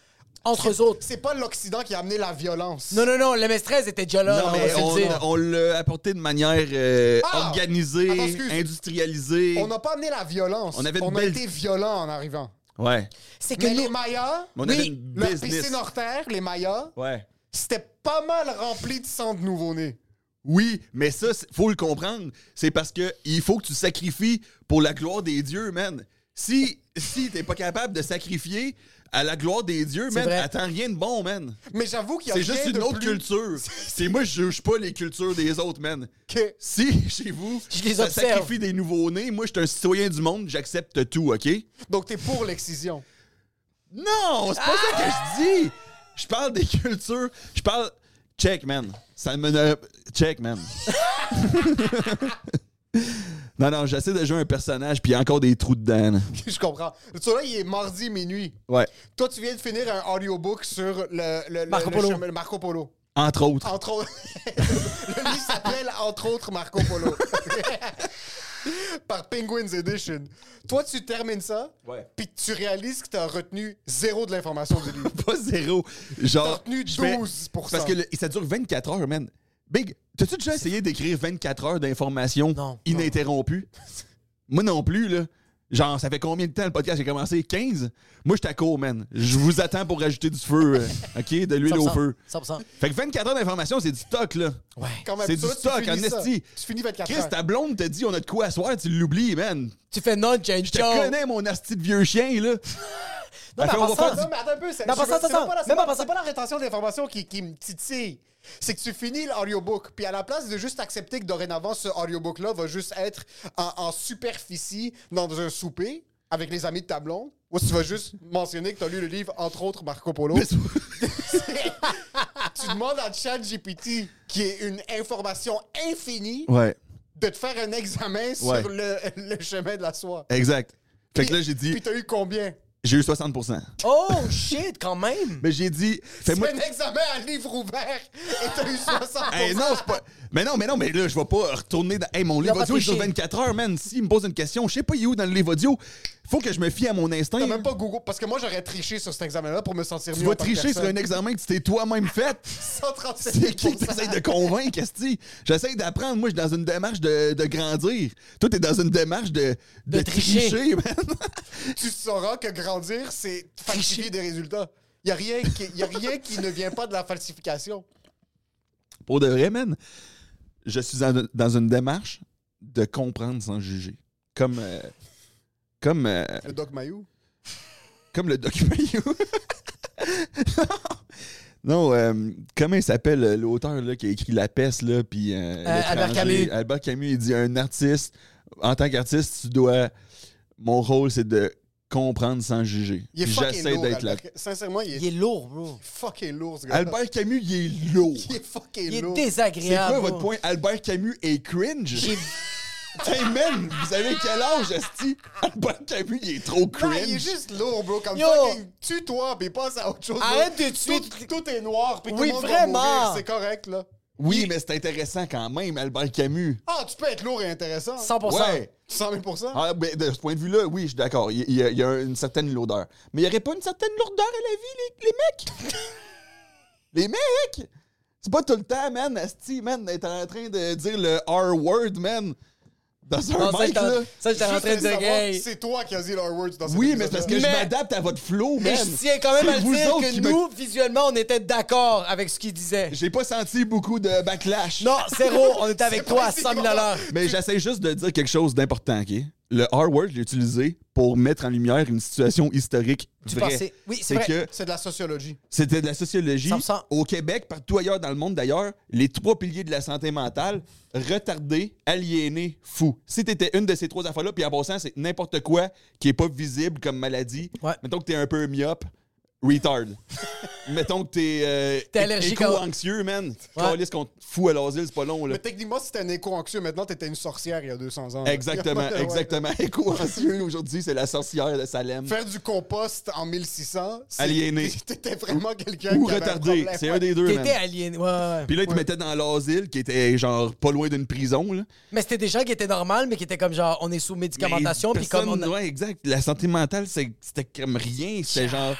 Entre eux autres. C'est pas l'Occident qui a amené la violence. Non, non, non, le MS-13 était déjà là. Non, on mais va se le on, dire. on l'a apporté de manière euh, Ah! organisée, Attends, excuse. industrialisée. On n'a pas amené la violence. On avait une on a belle- été violents en arrivant. Ouais. C'est que Mais nous- les Mayas, Mais on oui, avait une leur business. piscine hors terre, les Mayas, Ouais. c'était pas mal rempli de sang de nouveau-nés. Oui, mais ça, c'est- faut le comprendre. C'est parce que il faut que tu sacrifies pour la gloire des dieux, man. Si, si t'es pas capable de sacrifier à la gloire des dieux, man, vrai. attends rien de bon, man. Mais j'avoue qu'il y a C'est rien juste une de autre plus culture. C'est moi, je juge pas les cultures des autres, man. que- Si, chez vous, Je les ça observe. sacrifie des nouveaux-nés, moi, je suis un citoyen du monde, j'accepte tout, OK? Donc t'es pour l'excision. Non, c'est pas ça que je dis. Je parle des cultures. Je parle. Check, man. Ça me. ne- Check, man. non, non, j'essaie de jouer un personnage, puis il y a encore des trous dedans. là. Je comprends. Tu là, il est mardi minuit. Ouais. Toi, tu viens de finir un audiobook sur le, le- le- Marco le Polo. chemin- le Marco Polo. Entre autres. Entre autres. le livre s'appelle Entre autres Marco Polo. Par Penguins Edition. Toi, tu termines ça, Ouais. puis tu réalises que t'as retenu zéro de l'information du livre. Pas zéro. Genre. T'as retenu je fais- 12%. Parce que le- ça dure 24 heures, man. Big, t'as-tu déjà essayé d'écrire 24 heures d'informations Non. ininterrompues? Moi non plus, là. Genre, ça fait combien de temps le podcast a commencé? 15? Moi, je t'accours, man. Je vous attends pour rajouter du feu, euh, OK? De l'huile au 100%, feu. 100%. Fait que 24 heures d'informations, c'est du stock, là. Ouais. Quand même, C'est tu du vois, tu stock, en finis ça. esti. Tu finis 24 Chris, heures. ta blonde te dit on a de quoi à soir, tu l'oublies, man. Tu fais non, j'ai une Je te joke. connais, mon asti de vieux chien, là. Non, mais Fait, en on va passant- faire Non, mais attends un peu, c'est Mais en je veux- passant, c'est pas, attends, la- c'est même en pas- passant- c'est pas la rétention d'informations qui, qui me titille. C'est que tu finis l'audiobook, puis à la place de juste accepter que dorénavant ce audiobook-là va juste être en, en superficie dans un souper avec les amis de ta blonde, ou si tu vas juste mentionner que tu as lu le livre, entre autres, Marco Polo. tu demandes à ChatGPT, qui est une information infinie, Ouais, de te faire un examen sur Ouais. le, le chemin de la soie. exact. Fait que là, j'ai dit, Puis t'as eu combien? j'ai eu 60%. Oh shit, quand même. Mais j'ai dit, Tu fais-moi. fais un examen à livre ouvert et t'as eu 60 Ah, Hey, non, c'est pas. Mais non, mais non, mais là, je vais pas retourner dans. Hey, mon a livre pas audio est sur triché. 24 heures, man. S'il me pose une question, je sais pas, il est où dans le livre audio. Faut que je me fie à mon instinct. T'as même pas Google. Parce que moi, j'aurais triché sur cet examen-là pour me sentir Tu mieux. vas tricher sur un examen que tu t'es toi-même fait. 137 C'est qui que t'essayes de convaincre, Esti? J'essaye d'apprendre. Moi, je suis dans une démarche de, de grandir. Toi, t'es dans une démarche de, de, tricher. man. Tu sauras que grandir, c'est falsifier des résultats. Il n'y a, rien qui- y a rien qui ne vient pas de la falsification. Pour de vrai, man, je suis en- dans une démarche de comprendre sans juger. Comme. euh, comme. euh, Le Doc Mayou. comme le document. non, euh, comment il s'appelle euh, l'auteur là, qui a écrit La peste, là, puis. euh, l'étranger? Albert Camus. Albert Camus, il dit un artiste, en tant qu'artiste, tu dois. Mon rôle, c'est de comprendre sans juger. Il est Puis fucking J'essaie lourd. d'être là. Albert- Sincèrement, il est, Il est lourd, bro. fucking lourd, ce gars Albert Camus, il est lourd. Il est fucking Il est lourd. C'est désagréable. quoi votre bro. point? Albert Camus est cringe? J'ai- hey man, vous avez quel âge, Asti? Albert Camus, il est trop Non, cringe. il est juste lourd, bro. Comme Yo. fucking tue-toi, puis passe à autre chose. Arrête bro. de tuer- Tout, tout est noir, puis tout Oui, le monde va vraiment. mourir. C'est correct, là. Oui, mais c'est intéressant quand même, Albert Camus. Ah, tu peux être lourd et intéressant. 100%. Ouais. 100 000 Ah, ben, de ce point de vue-là, oui, je suis d'accord. Il il y, a- il y a une certaine lourdeur. Mais il n'y aurait pas une certaine lourdeur à la vie, les, les mecs? les mecs? C'est pas tout le temps, man, Asti, man, d'être en train de dire le R-word, man, dans un Non, ça, mic, j'étais là. en- ça, j'étais en train de Juste dire, savoir, hey, C'est toi qui as dit leur words dans cet Oui, mais c'est parce que je Mais- m'adapte à votre flow, Mais man. je tiens quand même C'est à le vous dire autres que qui me- nous, visuellement, on était d'accord avec ce qu'il disait. J'ai pas senti beaucoup de backlash. Non, zéro, on était avec C'est toi pas à 100 000 évident. Mais j'essaie juste de dire quelque chose d'important, OK? Le R-word, je l'ai utilisé pour mettre en lumière une situation historique Du vraie. passé. Oui, c'est c'est vrai. que C'est de la sociologie. c'était de la sociologie 100%. au Québec, partout ailleurs dans le monde d'ailleurs, les trois piliers de la santé mentale, retardé, aliéné, fou. Si t'étais une de ces trois affaires-là, puis en passant, c'est n'importe quoi qui est pas visible comme maladie. Ouais. Mettons que t'es un peu myope, retard. Mettons que t'es euh, T'es allergique à- anxieux, man. Ouais. Calisse qu'on te fout à l'asile, c'est pas long, là. Mais techniquement, si t'es un éco-anxieux, maintenant, t'étais une sorcière il y a 200 ans. là. Exactement, Ouais. exactement. Éco-anxieux, aujourd'hui, c'est la sorcière de Salem. Faire du compost en 1600, c'est- Aliéné. T'étais vraiment quelqu'un Ou qui avait un retardé, problème. c'est un des deux, man. T'étais alien. Ouais, ouais. Puis là, ils te mettaient dans l'asile, qui était genre pas loin d'une prison, là. Mais c'était des gens qui étaient normaux, mais qui étaient comme genre, on est sous médicamentation, Mais puis comme on personne- a- ouais, exact. La santé mentale, c'est- c'était comme rien. C'était genre...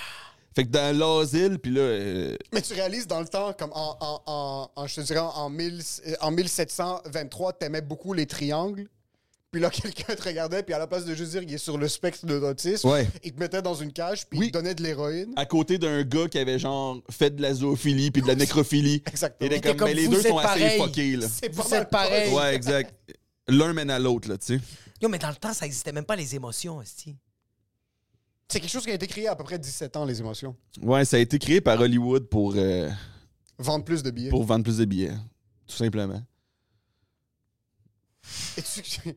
Fait que dans l'asile, puis là... euh, Mais tu réalises dans le temps, comme en, en, en, en- je te dirais, en, 1000 euh, en 1723, t'aimais beaucoup les triangles. Puis là, quelqu'un te regardait, puis à la place de juste dire il est sur le spectre de l'autisme, Ouais. il te mettait dans une cage, puis Oui. il te donnait de l'héroïne. à côté d'un gars qui avait genre fait de la zoophilie puis de la nécrophilie. Exactement. Il était Mais t'es comme, comme, mais les vous deux êtes sont assez pareils. fuckés, là. C'est Vous pas mal êtes pareil. Ouais, exact. L'un mène à l'autre, là, tu sais. Yo, mais dans le temps, ça existait même pas les émotions, esti. C'est quelque chose qui a été créé à peu près 17 ans, les émotions. Ouais, ça a été créé par Hollywood pour, euh, Vendre plus de billets. pour vendre plus de billets, tout simplement. Et tu-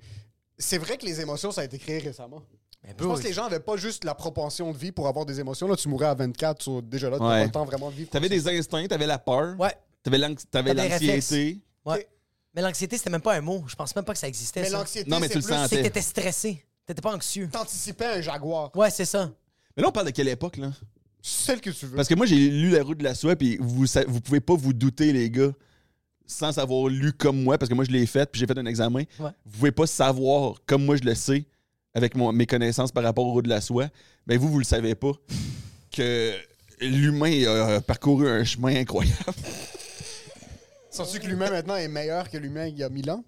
C'est vrai que les émotions, ça a été créé récemment. Ben, Mais Je bro, pense que les gens n'avaient pas juste la propension de vie pour avoir des émotions. Là, tu mourais à 24, tu- déjà là, tu Ouais. pas le temps vraiment de vivre. T'avais des instincts, t'avais la peur, Ouais, t'avais l'anx- t'avais T'avais des l'anxiété. ouais. Mais l'anxiété, c'était même pas un mot. Je pense même pas que ça existait. Mais ça. l'anxiété, hein. Non, mais c'est tu le plus... sens. C'est que t'étais stressé. T'étais pas anxieux. T'anticipais un jaguar. Ouais, c'est ça. Mais là, on parle de quelle époque, là? Celle que tu veux. Parce que moi, j'ai lu La roue de la soie, puis vous, sa- vous pouvez pas vous douter, les gars, sans avoir lu comme moi, parce que moi, je l'ai fait, puis j'ai fait un examen. Ouais. Vous pouvez pas savoir, comme moi, je le sais, avec mon- mes connaissances par rapport au roue de la soie, mais vous, vous le savez pas, que l'humain a parcouru un chemin incroyable. Sens-tu que l'humain maintenant est meilleur que l'humain il y a 1000 ans?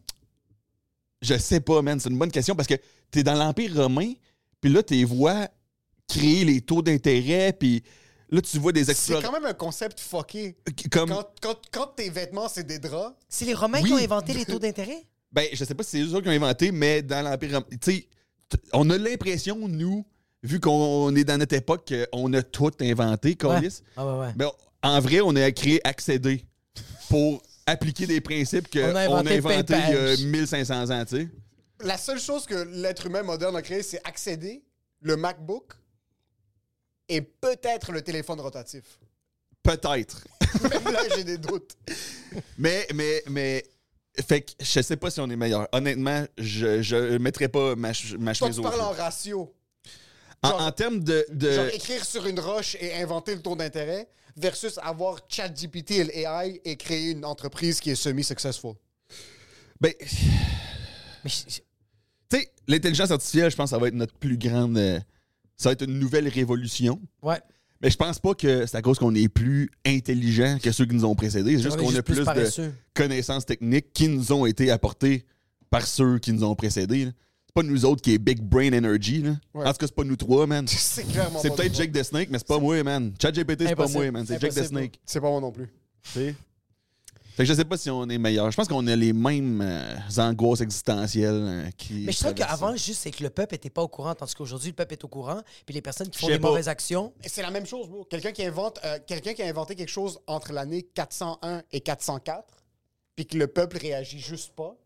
Je sais pas, man. C'est une bonne question parce que t'es dans l'Empire romain, puis là, t'es vois créer les taux d'intérêt, puis là, tu vois des C'est quand explorateurs. même un concept fucké. Comme, Quand, quand, quand tes vêtements, c'est des draps, C'est les Romains Oui. qui ont inventé les taux d'intérêt? ben, je sais pas si c'est eux autres qui ont inventé, mais dans l'Empire romain, tu sais, t- on a l'impression, nous, vu qu'on est dans notre époque, qu'on a tout inventé, Colis. Ah ouais, ouais. Ben, en vrai, on a créé accéder pour appliquer des principes qu'on On a a inventé inventés inventé il y a PayPal. 1500 ans, tu sais. la seule chose que l'être humain moderne a créé, c'est accéder, le MacBook et peut-être le téléphone rotatif. Peut-être. Même là, j'ai des doutes. Mais, mais, mais. Fait que je sais pas si on est meilleur. Honnêtement, je, je mettrais pas ma, ch- ma Toi, chemise tu au parles feu. en ratio. En, genre- en termes de. de- Genre écrire sur une roche et inventer le taux d'intérêt versus avoir ChatGPT et l'AI et créer une entreprise qui est semi-successful. ben, tu Mais je- je- sais, l'intelligence artificielle, je pense que ça va être notre plus grande. euh, ça va être une nouvelle révolution. Ouais. Mais je pense pas que c'est à cause qu'on est plus intelligent que ceux qui nous ont précédés. C'est juste On est qu'on Ah juste a plus plus, de paresseux. connaissances techniques qui nous ont été apportées par ceux qui nous ont précédés. là. C'est pas nous autres qui est Big Brain Energy. Là. En tout cas, c'est pas nous trois, man. C'est clairement C'est pas peut-être nous Jake the Snake, mais c'est pas moi, man. ChatGPT, c'est pas Impossible. moi, man. C'est Jake the Impossible. Snake. autres. C'est pas moi non plus. tu sais. Fait que je sais pas si on est meilleur. Je pense qu'on a les mêmes euh, angoisses existentielles euh, qui. Mais je trouve traversent ça. qu'avant, juste, c'est que le peuple était pas au courant, tandis qu'aujourd'hui, le peuple est au courant, puis les personnes qui font sais des pas. mauvaises actions. C'est la même chose, bro. Quelqu'un qui, invente, euh, quelqu'un qui a inventé quelque chose entre l'année 401 et 404, puis que le peuple réagit juste pas,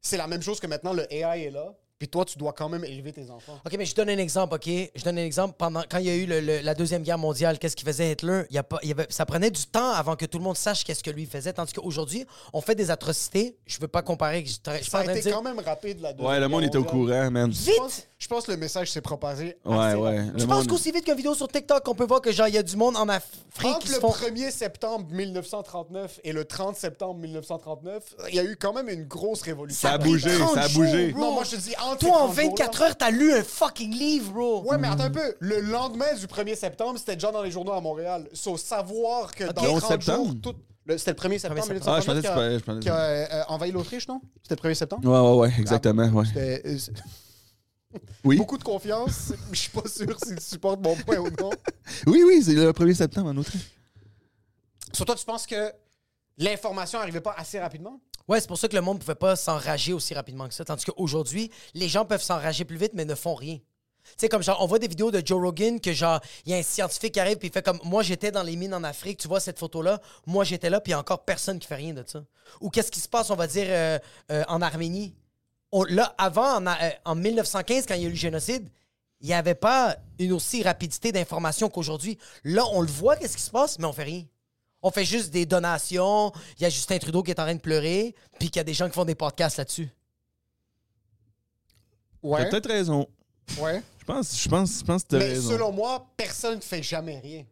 c'est la même chose que maintenant le AI est là, puis toi, tu dois quand même élever tes enfants. OK, mais je donne un exemple, OK? Je donne un exemple. Pendant, quand il y a eu le- le- la Deuxième Guerre mondiale, qu'est-ce qu'il faisait Hitler? Il y a pas, il y avait- ça prenait du temps avant que tout le monde sache qu'est-ce que lui faisait. Tandis qu'aujourd'hui, on fait des atrocités. Je veux pas comparer. Je, je suis pas Ça en train a de été dire... quand même rapide, la Deuxième Ouais, le monde Guerre était au mondiale. courant, man. Je pense, je pense que le message s'est propagé. Ouais, Ah, assez ouais. rapidement. le Tu monde- penses qu'aussi vite qu'une vidéo sur TikTok, on peut voir que genre, il y a du monde en Afrique qui Entre se le font... 1er septembre 1939 et le 30 septembre 1939, il y a eu quand même une grosse révolution. Ça a pris bougé, 30 ça a jours, bougé. bro. Non, moi, je te dis, entre Toi, en ces 30 jours-là- 24 heures, t'as lu un fucking livre, bro. Ouais, mais attends un peu. Le lendemain du 1er septembre, c'était déjà dans les journaux à Montréal. Sauf savoir que dans Le 11 30 jours, septembre? tout... le- C'était le 1er septembre septembre. Ah, je pensais que tu 1939 parlais- je parlais de- qui a, qui a, euh, envahi l'Autriche, non? C'était le 1er septembre? Ouais, ouais, ouais, exactement. Ah, Ouais. C'était, euh, c'est- Oui. Beaucoup de confiance. Je suis pas sûr s'il supporte mon point ou non. oui, oui, c'est le 1er septembre en Autriche. Sur toi, tu penses que l'information n'arrivait pas assez rapidement? Ouais, c'est pour ça que le monde pouvait pas s'enrager aussi rapidement que ça. Tandis qu'aujourd'hui, les gens peuvent s'enrager plus vite, mais ne font rien. Tu sais, comme genre, on voit des vidéos de Joe Rogan que genre, il y a un scientifique qui arrive puis il fait comme Moi, j'étais dans les mines en Afrique, tu vois cette photo-là, moi, j'étais là, puis il y a encore personne qui fait rien de ça. Ou qu'est-ce qui se passe, on va dire, euh, euh, en Arménie On- Là, avant, en, euh, en 1915, quand il y a eu le génocide, il n'y avait pas une aussi rapidité d'information qu'aujourd'hui. Là, on le voit, qu'est-ce qui se passe, mais on fait rien. On fait juste des donations. Il y a Justin Trudeau qui est en train de pleurer, puis qu'il y a des gens qui font des podcasts là-dessus. T'as Ouais. peut-être raison. ouais. Je pense, je pense, je pense que t'as Mais raison. selon moi, personne ne fait jamais rien.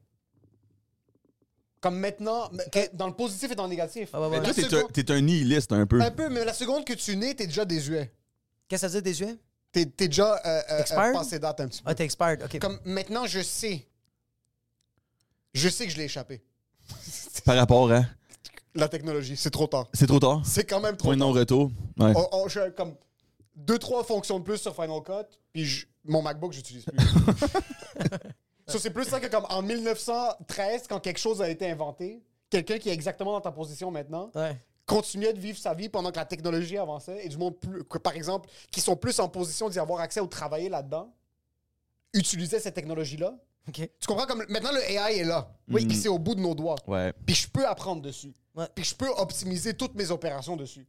Comme maintenant, mais que- dans le positif et dans le négatif. Ah ouais, ouais. Mais La toi, t'es un- seconde- t'es un nihiliste un peu. un peu, mais la seconde que tu nais, t'es déjà désuet. Qu'est-ce que ça veut dire, désuet? T'es t'es déjà euh, euh, Expired? euh, passé date un petit peu. Ah, t'es expired, OK. Comme maintenant, je sais. Je sais que je l'ai échappé. Par rapport à. La technologie, c'est trop tard. C'est trop tard. C'est quand même trop Point de tard. non-retour. Ouais. Oh. On- on- je- comme deux, trois fonctions de plus sur Final Cut, puis je- mon MacBook, j'utilise plus. Ça, c'est plus ça que comme en 1913, quand quelque chose a été inventé, quelqu'un qui est exactement dans ta position maintenant Ouais. continuait de vivre sa vie pendant que la technologie avançait et du monde, plus, que, par exemple, qui sont plus en position d'y avoir accès ou de travailler là-dedans, utilisait cette technologie-là. OK. Tu comprends comme maintenant le AI est là. Oui. Puis c'est au bout de nos doigts. Ouais. Puis je peux apprendre dessus. Ouais. Puis je peux optimiser toutes mes opérations dessus.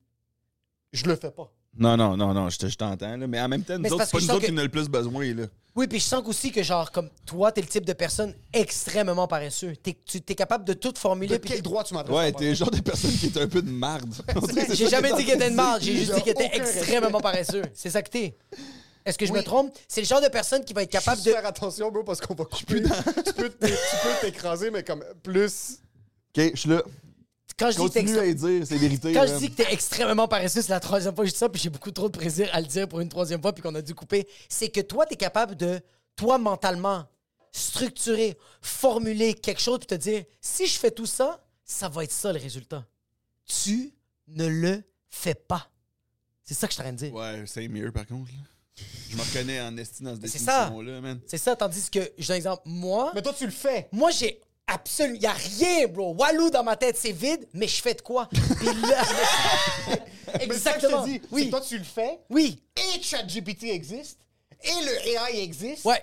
Je le fais pas. Non, non, non, non, je te- je t'entends, là. Mais en même temps, nous Mais c'est autres, parce c'est pas que je nous sens autres que- qui en a le plus besoin, là. Oui, puis je sens aussi que, genre, comme toi, t'es le type de personne extrêmement paresseux. T'es, tu t'es capable de tout De formuler. puis quel t'es- droit tu m'adresses Ouais, à t'es le genre de personne qui est un peu de marde. On dirait que c'est J'ai ça jamais que t'es dit qu'il était en de train marde, j'ai juste Il dit a qu'il était aucun respect. extrêmement paresseux. C'est ça que t'es. Est-ce que je me Oui. trompe? C'est le genre de personne qui va être capable Juste de. faire attention, bro, parce qu'on va couper. tu peux t'é- tu peux t'écraser, mais comme plus. dire. Ok, je suis là. Quand je dis que t'es Continue extré- à y dire, c'est vérité. Quand je man. dis que t'es extrêmement paresseux, c'est la troisième fois que je dis ça, puis j'ai beaucoup trop de plaisir à le dire pour une troisième fois, puis qu'on a dû couper. C'est que toi, t'es capable de, toi, mentalement, structurer, formuler quelque chose, puis te dire, si je fais tout ça, ça va être ça le résultat. Tu ne le fais pas. C'est ça que je suis en train de dire. Ouais, c'est mieux, par contre, là. Je me reconnais en esti dans cette C'est ça. définition-là, man. C'est ça, tandis que, je donne un exemple, moi, Mais toi, tu le fais. moi, j'ai absolument. Y a rien, bro. Walou dans ma tête, c'est vide, mais je fais de quoi? Puis là- Mais c'est ça que je Exactement. te dis. C'est Ah, Oui. que toi, tu le fais. Oui. Et ChatGPT existe. Et le AI existe. Ouais.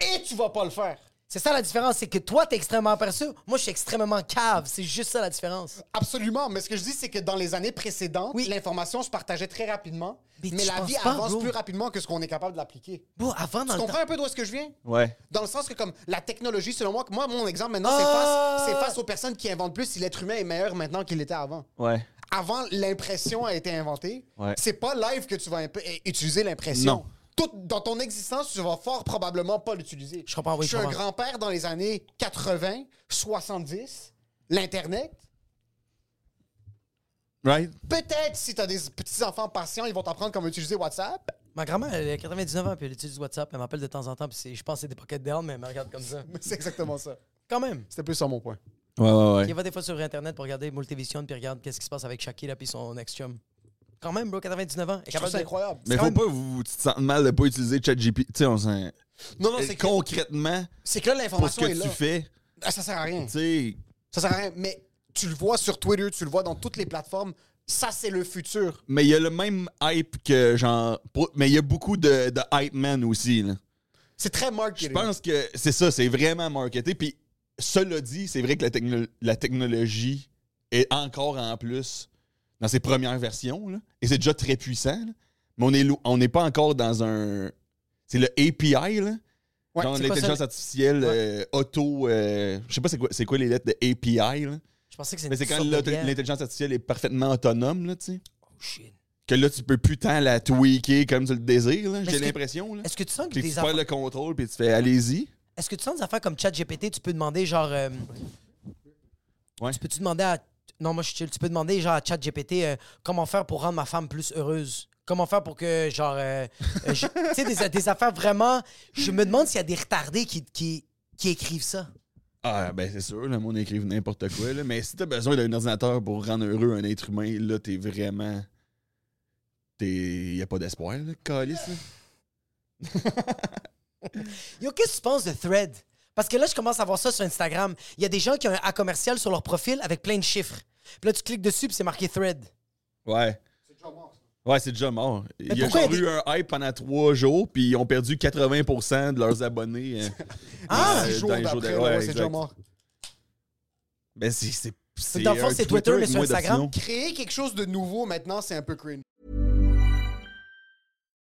Et tu vas pas le faire. C'est ça la différence, c'est que toi, t'es extrêmement paresseux, moi, je suis extrêmement cave. C'est juste ça la différence. Absolument, mais ce que je dis, c'est que dans les années précédentes, Oui. l'information se partageait très rapidement, Mais mais, tu la penses vie pas, avance bro. plus rapidement que ce qu'on est capable de l'appliquer. Bon, avant, dans Tu le temps... comprends un peu d'où est-ce que je viens? Ouais. Dans le sens que, comme la technologie, selon moi, que moi, mon exemple maintenant, c'est Ah! face- c'est face, aux personnes qui inventent plus si l'être humain est meilleur maintenant qu'il l'était avant. Ouais. Avant, l'impression a été inventée. Ouais. C'est pas live que tu vas imp- eh, utiliser l'impression. Non. Tout, dans ton existence, tu vas fort probablement pas l'utiliser. Je comprends, oui, Je suis je un comprends. grand-père dans les années 80, 70, l'Internet. Right? Peut-être si tu as des petits-enfants patients, ils vont t'apprendre comment utiliser WhatsApp. Ma grand-mère, elle a 99 ans, puis elle utilise WhatsApp, elle m'appelle de temps en temps, puis c'est- je pense que c'est des pockets down, mais elle me regarde comme ça. C'est exactement ça. Quand même. C'était plus ça mon point. Ouais, ouais, Il ouais. va des fois sur Internet pour regarder Multivision, puis regarde qu'est-ce qui se passe avec Shakira, puis son ex-chum. Quand même, bro, 99 ans. elle est Je trouve capable ça de- incroyable. Mais quand faut même- pas vous, vous- tu te sentes mal de pas utiliser ChatGPT. Tu sais, on s'en. Non, non, Et c'est que, concrètement, c'est que là, pour ce l'information que est tu là. fais, Ah, ça sert à rien. tu sais, Ça sert à rien. Mais Tu le vois sur Twitter, tu le vois dans toutes les plateformes. Ça, c'est le futur. Mais il y a le même hype que genre. pour- Mais il y a beaucoup de, de hype man aussi. Là. C'est très Je marketing. pense que c'est ça, c'est vraiment marketé. Puis, cela dit, c'est vrai que la, techno- la technologie est encore en plus dans ses premières versions. là. et c'est déjà très puissant. là. Mais on est lo- on n'est pas encore dans un. C'est le API, là. Ouais, Genre c'est quoi l'intelligence ça? artificielle euh, auto. euh, je sais pas c'est quoi, c'est quoi les lettres de API, là. Je pensais que c'est Mais une c'est quand sorte de l'auto- bière. l'intelligence artificielle est parfaitement autonome, là, tu sais. Oh, shit. Que là, tu peux plus tant la tweaker comme tu le désires, là. J'ai est-ce que- l'impression, là. Est-ce que tu sens que Puis tu des perds affaires... le contrôle, puis tu fais allez-y. Est-ce que tu sens des affaires comme ChatGPT, tu peux demander genre. euh, Ouais. Tu peux-tu demander à. Non, moi je suis chill. Tu peux demander genre à ChatGPT euh, comment faire pour rendre ma femme plus heureuse. Comment faire pour que, genre. euh, euh, je- tu sais, des, des affaires vraiment. Je me demande s'il y a des retardés qui, qui, qui écrivent ça. Ah, ben c'est sûr, le monde écrive n'importe quoi. Là. Mais si t'as besoin d'un ordinateur pour rendre heureux un être humain, là, t'es vraiment. T'es. Y a pas d'espoir, là, calice. là. Yo, qu'est-ce que tu penses de Thread? Parce que là, je commence à voir ça sur Instagram. Il y a des gens qui ont un A commercial sur leur profil avec plein de chiffres. Puis là, tu cliques dessus, puis c'est marqué Thread. Ouais. Ouais, c'est déjà mort. Il y a pourquoi genre y a eu un hype pendant trois jours, puis ils ont perdu 80% de leurs abonnés. euh, Ah! euh, Six jours dans les jours d'après, de- là, ouais, ouais, c'est déjà exact. mort. Ben, c'est. c'est- c'est dans le fond, un c'est Twitter, mais avec sur moins Instagram. d'options. Créer quelque chose de nouveau maintenant, c'est un peu cringe.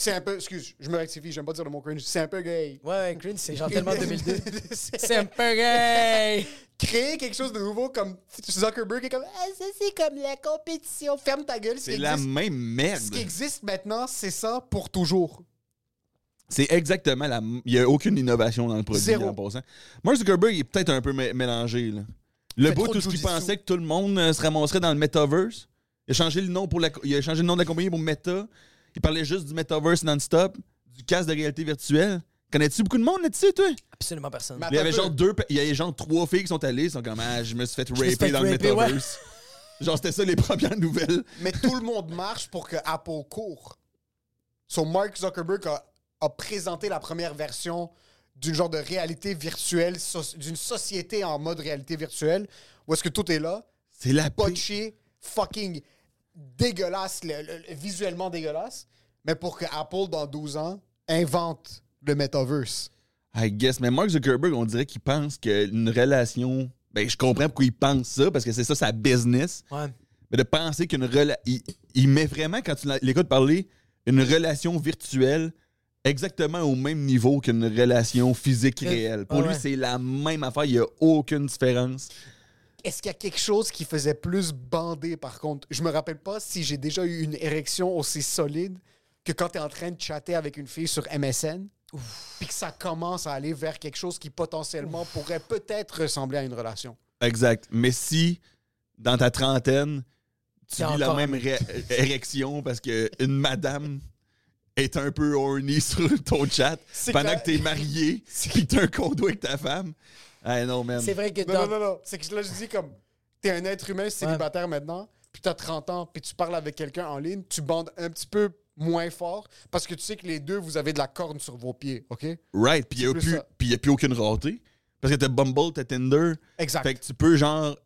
C'est un peu, excuse, je me rectifie, j'aime pas dire le mot cringe. C'est un peu gay. Ouais, ouais, cringe, c'est genre tellement 2002. C'est- c'est un peu gay! Créer quelque chose de nouveau comme Zuckerberg est comme Ah, ça c'est comme la compétition, ferme ta gueule. Ce C'est qui, la existe, même ce qui merde. existe maintenant, c'est ça pour toujours. C'est exactement la. m- Il n'y a aucune innovation dans le produit Zéro. en passant. Mark Zuckerberg il est peut-être un peu mé- mélangé. Là. Le Fait bout, trop tout de ce qu'il jujitsu. pensait que tout le monde euh, se ramasserait dans le metaverse. Il a changé le nom pour la, co- il a changé le nom de la compagnie pour Meta. Il parlait juste du metaverse non-stop, du casque de réalité virtuelle. Connais-tu beaucoup de monde là-dessus, toi? Absolument personne. Ma- Il y avait Attends un genre deux, pe- il y avait genre trois filles qui sont allées, ils sont comme ah, je me suis fait me suis raper fait dans le raper, ouais. metaverse. genre c'était ça les premières nouvelles. Mais tout le monde marche pour que Apple court. So Mark Zuckerberg a, a présenté la première version d'une genre de réalité virtuelle, so- d'une société en mode réalité virtuelle, où est-ce que tout est là, C'est la pire. botché, fucking dégueulasse, le- le- le- visuellement dégueulasse, mais pour que Apple, dans 12 ans, invente le metaverse. I guess. Mais Mark Zuckerberg, on dirait qu'il pense qu'une relation. Ben, je comprends pourquoi il pense ça, parce que c'est ça sa business. Ouais. Mais de penser qu'une relation. Il, il met vraiment, quand tu la- l'écoutes parler, une relation virtuelle exactement au même niveau qu'une relation physique Ouais. réelle. Pour Ah lui, ouais. c'est la même affaire. Il n'y a aucune différence. Est-ce qu'il y a quelque chose qui faisait plus bander, par contre? Je me rappelle pas si j'ai déjà eu une érection aussi solide que quand tu es en train de chatter avec une fille sur MSN, puis que ça commence à aller vers quelque chose qui potentiellement pourrait peut-être ressembler à une relation. Exact. Mais si, dans ta trentaine, tu T'es vis la encore- même ré- érection parce que une madame est un peu horny sur ton chat C'est pendant quand- que t'es marié puis que t'as un condo avec ta femme. Ah non, man. C'est vrai que Non, dans- non, non, non. C'est que là, je dis comme, t'es un être humain célibataire maintenant, puis t'as 30 ans, puis tu parles avec quelqu'un en ligne, tu bandes un petit peu moins fort parce que tu sais que les deux, vous avez de la corne sur vos pieds, OK? Right. Puis il plus ça. n'y a, plus aucune rareté. Parce que t'as Bumble, t'as Tinder. Exact. Fait que tu peux genre.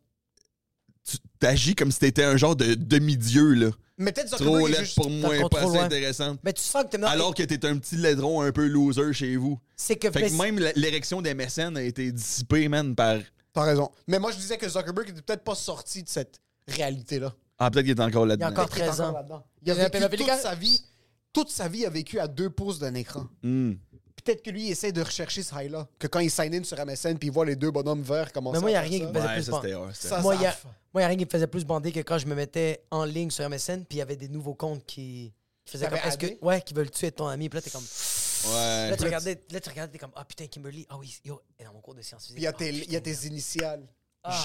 Tu t'agis comme si t'étais un genre de demi-dieu, là. Mais peut-être Trop Zuckerberg est laid juste... pour moi, contrôle, pas assez ouais. intéressante. Mais tu sens que t'es... non, Alors que t'es un petit laidron un peu loser chez vous. C'est que... Fait que même la- l'érection des mécènes a été dissipée, man, par. T'as raison. Mais moi, je disais que Zuckerberg était peut-être pas sorti de cette réalité-là. Ah, peut-être qu'il est encore Il y a là-dedans. encore Il est 13 encore ans. là-dedans. Il a Il a vécu appelé- toute sa vie... Toute sa vie a vécu à deux pouces d'un écran. Hmm. Peut-être que lui, il essaie de rechercher ce high-là. Que quand il sign in sur MSN puis il voit les deux bonhommes verts commencer Mais moi, à il y a rien faire qui ça. me faisait Ouais, plus ça, bander. c'était hard, c'était Ça, hard. Moi, il y a- f- moi, il y a rien qui me faisait plus bander que quand je me mettais en ligne sur MSN, puis il y avait des nouveaux comptes qui, qui faisaient comme. T'avais Est-ce addé? que. Ouais, qui veulent tuer ton ami. Puis là, t'es comme. Là, Ouais. tu regardais, là, tu regardais, t'es comme. Ah putain, Kimberly. Ah oui, yo, elle est dans mon cours de sciences physiques. Il y a Ah, tes, il y a tes initiales.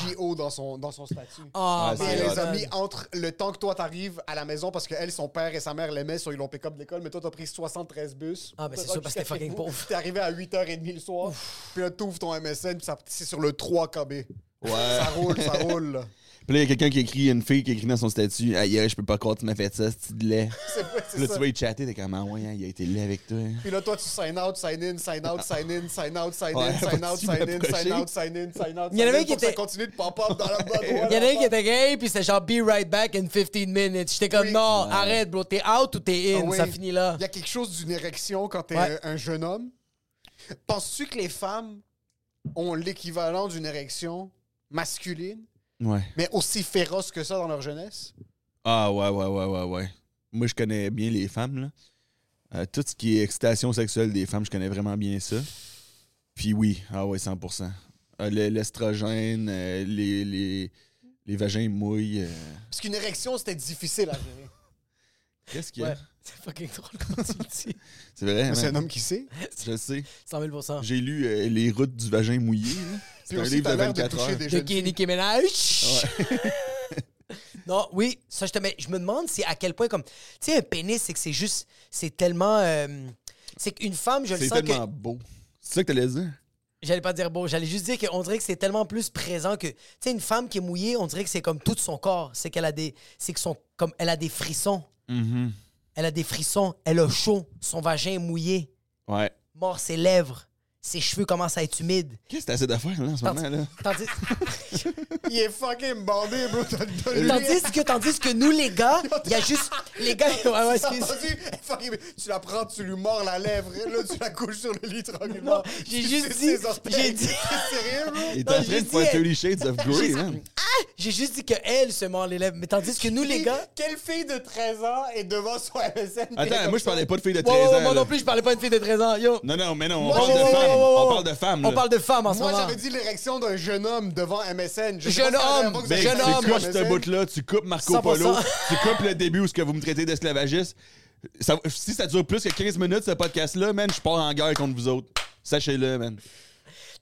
J.O. dans son, dans son statut. Ah, Ouais, Et c'est my elle les God. a mis entre le temps que toi t'arrives à la maison parce que elle, son père et sa mère l'aimaient, sur ils l'ont pick-up de l'école, mais toi t'as pris 73 bus. Ah, ben, c'est T'as sûr, parce que jusqu'à t'es fucking chez vous. pauvre. T'es arrivé à 8h30 le soir, puis là t'ouvres ton MSN, puis ça- c'est sur le 3 KB. Ouais. Ça roule, ça roule. là. Puis là, il y a quelqu'un qui écrit, une fille qui écrit dans son statut Ah, hier, je peux pas croire que tu m'as fait ça, ce petit de lait. C'est vrai, c'est Puis là, ça. tu vas y chatter, t'es comme, ah ouais, hein, il a été laid avec toi. hein. Puis là, toi, tu sign out, sign in, sign out, sign in, sign out, sign Ouais, in, sign out, vas-tu sign in, sign m'approcher? out, sign in, sign out. Il y en sign avait in, qui pour que Ça étaient- continue de pop-up dans la bonne voie, Il y en dans a la un qui bonne- était gay, puis c'était genre be right back in 15 minutes. J'étais comme Oui. non, arrête, bro, t'es out ou t'es in, Ah oui. ça finit là. Il y a quelque chose d'une érection quand t'es Ouais. un, un jeune homme. Penses-tu que les femmes ont l'équivalent d'une érection masculine, Ouais. mais aussi féroce que ça dans leur jeunesse? Ah ouais, ouais, ouais, ouais, ouais. Moi, je connais bien les femmes, là. Euh, tout ce qui est excitation sexuelle des femmes, je connais vraiment bien ça. Puis oui, ah ouais, 100%. Euh, le- L'estrogène, euh, les, les, les vagins mouillent. euh. Parce qu'une érection, c'était difficile à gérer. Qu'est-ce qu'il y a? Ouais. C'est fucking drôle quand tu le dis. C'est vrai, Mais c'est un man. homme qui sait. je le sais. 100 000 J'ai lu euh, Les routes du vagin mouillé. là. C'est Puis un aussi, livre t'as de l'air de 24 toucher heures. des De jeunes Kenny filles. qui non, oui, ça je te mets. Je me demande si à quel point comme. Tu sais, un pénis, c'est que c'est juste. C'est tellement. euh, c'est qu'une femme, je le C'est sens que. tellement beau. C'est ça que t'allais dire? J'allais pas dire beau, j'allais juste dire qu'on dirait que c'est tellement plus présent que. Tu sais, une femme qui est mouillée, on dirait que c'est comme tout son corps. C'est qu'elle a des. C'est que son. Comme elle a des frissons. Mm-hmm. Elle a des frissons. Elle a chaud. Son vagin est mouillé. Ouais. Mort ses lèvres. Ses cheveux commencent à être humides. Qu'est-ce que t'as assez d'affaires, là, en ce Tandis, moment, là? tandis- Il est fucking bandé, bro. T'as donné- tandis que, tandis que nous, les gars, il y a juste. Les gars. Ouais, ouais, T'as excuse. entendu? Fucking- Tu la prends, tu lui mords la lèvre, et là, tu la couches sur le lit tranquillement. j'ai Tu juste suces dit- ses orteils. j'ai dit- C'est sérieux, bro? Il est Non, en je train de dis, faire elle- 30 Shades of Grey, man. Ah, J'ai juste dit que elle se mord les lèvres. Mais tandis que nous, les gars. Quelle fille de 13 ans est devant son MSN? Attends, moi, je parlais pas de filles de Ouais, 13 ouais, ouais, ans. moi là. non plus, je parlais pas d'une fille de 13 ans. Yo. Non, non, mais non, on Moi, parle ouais, de ouais, femmes. ouais, ouais, ouais, On ouais. parle de femmes. On là. parle de femmes en ce Moi, moment. j'avais dit l'érection d'un jeune homme devant MSN. Je sais Jeune pas si c'est la homme, Ben, dernière fois que vous Mec, jeune avez homme. fait ça c'est quoi sur ce MSN? bout-là? Tu coupes Marco Polo, 100%. tu coupes le début où ce que vous me traitez d'esclavagiste. Ça- si ça dure plus que 15 minutes, ce podcast-là, man, je pars en guerre contre vous autres. Sachez-le, man.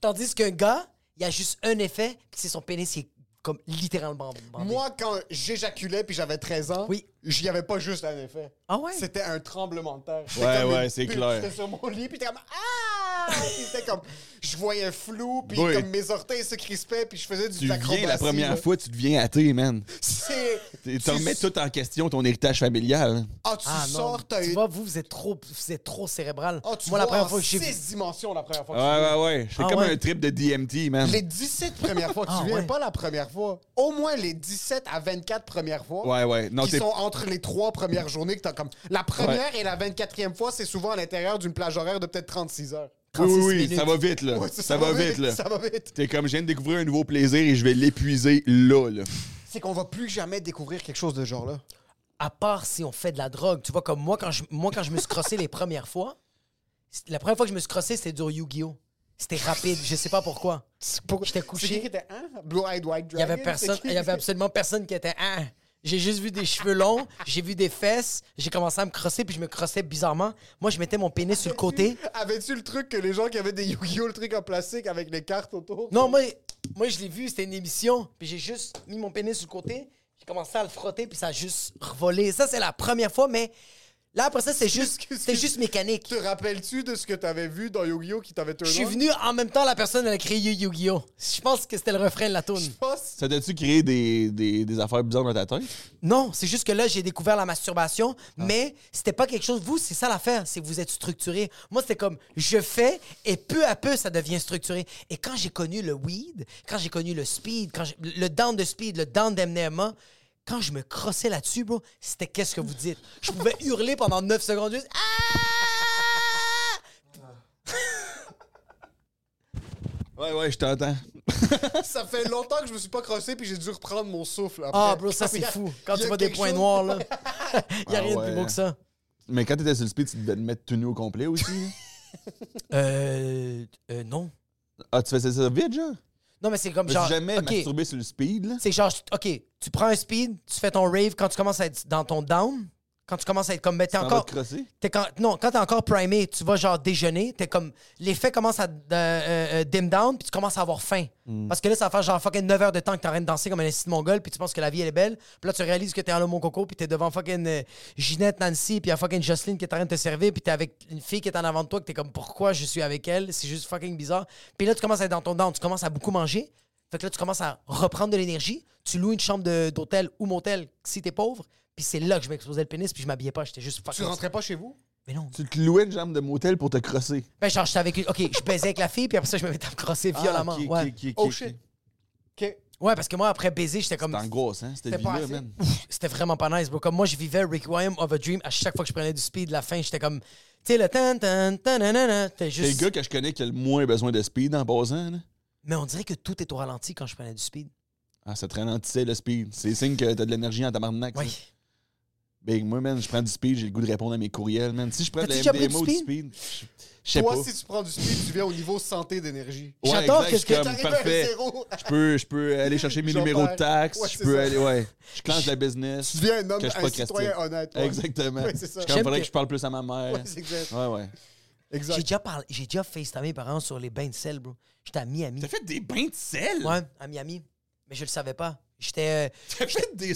Tandis qu'un gars, il y a juste un effet, puis c'est son pénis qui est comme littéralement bandé. Moi, quand j'éjaculais puis j'avais 13 ans, Ah, Oui. j'y avais pas juste un effet. Ah ouais? C'était un tremblement de terre. C'était Ouais, comme ouais, une c'est pute. clair. J'étais sur mon lit, puis t'es comme Ah! Puis c'était comme. Je voyais flou, puis Oui. comme mes orteils se crispaient, puis je faisais du Tu acrobatie, viens la première là. fois, tu deviens athée, man. C'est. Tu tu- te remets tout en question ton héritage familial. Ah, tu Ah non, sors, t'as tu eu. vois, vous, vous êtes trop, vous êtes trop cérébral. Ah, tu Moi, la vois première en fois que j'ai vu... six dimensions la première fois Ouais, que tu viens. ouais, ouais. Je fais Ah comme ouais. un trip de DMT, man. Les 17 premières fois que Ah, tu viens, ouais. pas la première fois. Au moins les 17 à 24 premières fois. Ouais, ouais. Non, qui t'es- sont entre les trois premières journées que t'as comme. La première et la 24e fois, c'est souvent à l'intérieur d'une plage horaire de peut-être 36 heures. Oui, oui, 36 oui, minutes. ça va vite, là. Ouais, ça, va vite, là. Ça va vite. T'es comme, je viens de découvrir un nouveau plaisir et je vais l'épuiser là, là. C'est qu'on va plus jamais découvrir quelque chose de ce genre-là. À part si on fait de la drogue. Tu vois, comme moi, quand je, moi, quand je me suis crossé les premières fois, c'est- la première fois que je me suis crossé, c'était du Yu-Gi-Oh! C'était rapide, je sais pas pourquoi. J'étais couché. C'est qui qui était, hein? Blue-eyed White Il y Dragon? avait personne, C'est qui? il y avait absolument personne qui était Ah! J'ai juste vu des cheveux longs, j'ai vu des fesses, j'ai commencé à me crosser puis je me crossais bizarrement. Moi, je mettais mon pénis sur le côté. Avais-tu le truc que les gens qui avaient des Yu-Gi-Oh! le truc en plastique avec les cartes autour? Non, moi, moi je l'ai vu, c'était une émission, puis j'ai juste mis mon pénis sur le côté, j'ai commencé à le frotter puis ça a juste revolé. Ça c'est la première fois mais là après ça c'est juste Excuse- c'est juste mécanique. Te rappelles-tu de ce que t'avais vu dans Yu-Gi-Oh! qui t'avait turn Je suis on? venu en même temps la personne elle a créé Yu-Gi-Oh. Je pense que c'était le refrain de la tune. Je pense. Ça t'a-tu créé des, des, des affaires bizarres dans ta tête? Non, c'est juste que là, j'ai découvert la masturbation, mais c'était pas quelque chose. Vous, c'est ça l'affaire, c'est que vous êtes structuré. Moi, c'était comme je fais et peu à peu, ça devient structuré. Et quand j'ai connu le weed, quand j'ai connu le speed, quand j'ai- le down de speed, le down d'MDMA, Quand je me crossais là-dessus, bro, c'était qu'est-ce que vous dites. Je pouvais hurler pendant 9 secondes juste. Ah! Ouais, ouais, je t'entends. Ça fait longtemps que je me suis pas crossé puis j'ai dû reprendre mon souffle. après. Ah, bro, ça c'est Il y a- fou. Quand il y tu a vois des quelque points chose- noirs, là. Il n'y a Ah rien de plus ouais. beau que ça. Mais quand t'étais sur le speed, tu devais te mettre tout nu au complet aussi. Euh. euh, non. ah, tu faisais ça vite, genre? Non, mais c'est comme Je genre. suis jamais ok, masturbé sur le speed, là. C'est genre, OK, tu prends un speed, tu fais ton rave quand tu commences à être dans ton down, quand tu commences à être comme. Mais t'es T'en vas encore. te crosser? T'es quand, non, quand t'es encore primé, tu vas genre déjeuner, t'es comme. L'effet commence à euh, euh, euh, dim down, puis tu commences à avoir faim. Parce que là, ça va faire genre fucking 9 heures de temps que t'es en train de danser comme un esti de mongol, puis tu penses que la vie elle est belle. Puis là, tu réalises que t'es en le mon coco, puis t'es devant fucking euh, Ginette, Nancy, puis il y a fucking Jocelyne qui est en train de te servir, puis t'es avec une fille qui est en avant de toi, que t'es comme pourquoi je suis avec elle, c'est juste fucking bizarre. Puis là, tu commences à être dans ton down, tu commences à beaucoup manger. Fait que là, tu commences à reprendre de l'énergie. Tu loues une chambre de- d'hôtel ou motel si t'es pauvre. Puis c'est là que je m'exposais le pénis, puis je m'habillais pas, j'étais juste Tu fucking. rentrais pas chez vous? Mais non. Tu te louais une jambe de motel pour te crosser. Ben, genre, j'étais avec une- OK, je baisais avec la fille, puis après ça, je me mettais à me crosser violemment. Ah, ok, ok, ouais. ok, ok, Oh ok. shit. OK. ouais, parce que moi, après baiser, j'étais comme. C'était angoisse, hein, cette C'était pas vie-là, assez. man. Ouf, C'était vraiment pas nice, bro. Comme moi, je vivais Requiem of a Dream à chaque fois que je prenais du speed, la fin, j'étais comme. Tu sais, le tan tan tan nan, nan, nan, t'es C'est le juste. gars que je connais qui a le moins besoin de speed en passant, là. Mais on dirait que tout est au ralenti quand je prenais du speed. Ah, ça te ralentissait le speed. C'est signe que t'as de l'énergie en tabarnak. ça. Oui. Ben, moi, man, je prends du speed, j'ai le goût de répondre à mes courriels, man. Si je prends de T'as-tu la déjà pris du MDMA ou du speed, je sais pas. Toi, si tu prends du speed, tu viens au niveau santé d'énergie. Ouais, J'adore exact, que je suis ce que comme, t'arrives à parfait. zéro. Je peux, je peux aller chercher mes J'en numéros de perds. taxe, Ouais, je c'est peux ça. aller, ouais. Je clenche la business. Tu deviens un homme, que je suis un pas créatif. citoyen honnête, ouais. Exactement. Ouais, c'est ça. Je J'aime comme, faudrait que- que je parle plus à ma mère. Ouais, c'est exact. Ouais, ouais. J'ai Exact. déjà parlé, j'ai déjà FaceTimé mes parents sur les bains de sel, bro. J'étais à Miami. T'as fait des bains de sel? Ouais, à Miami. Mais je le savais pas. J'étais. euh, T'as fait des...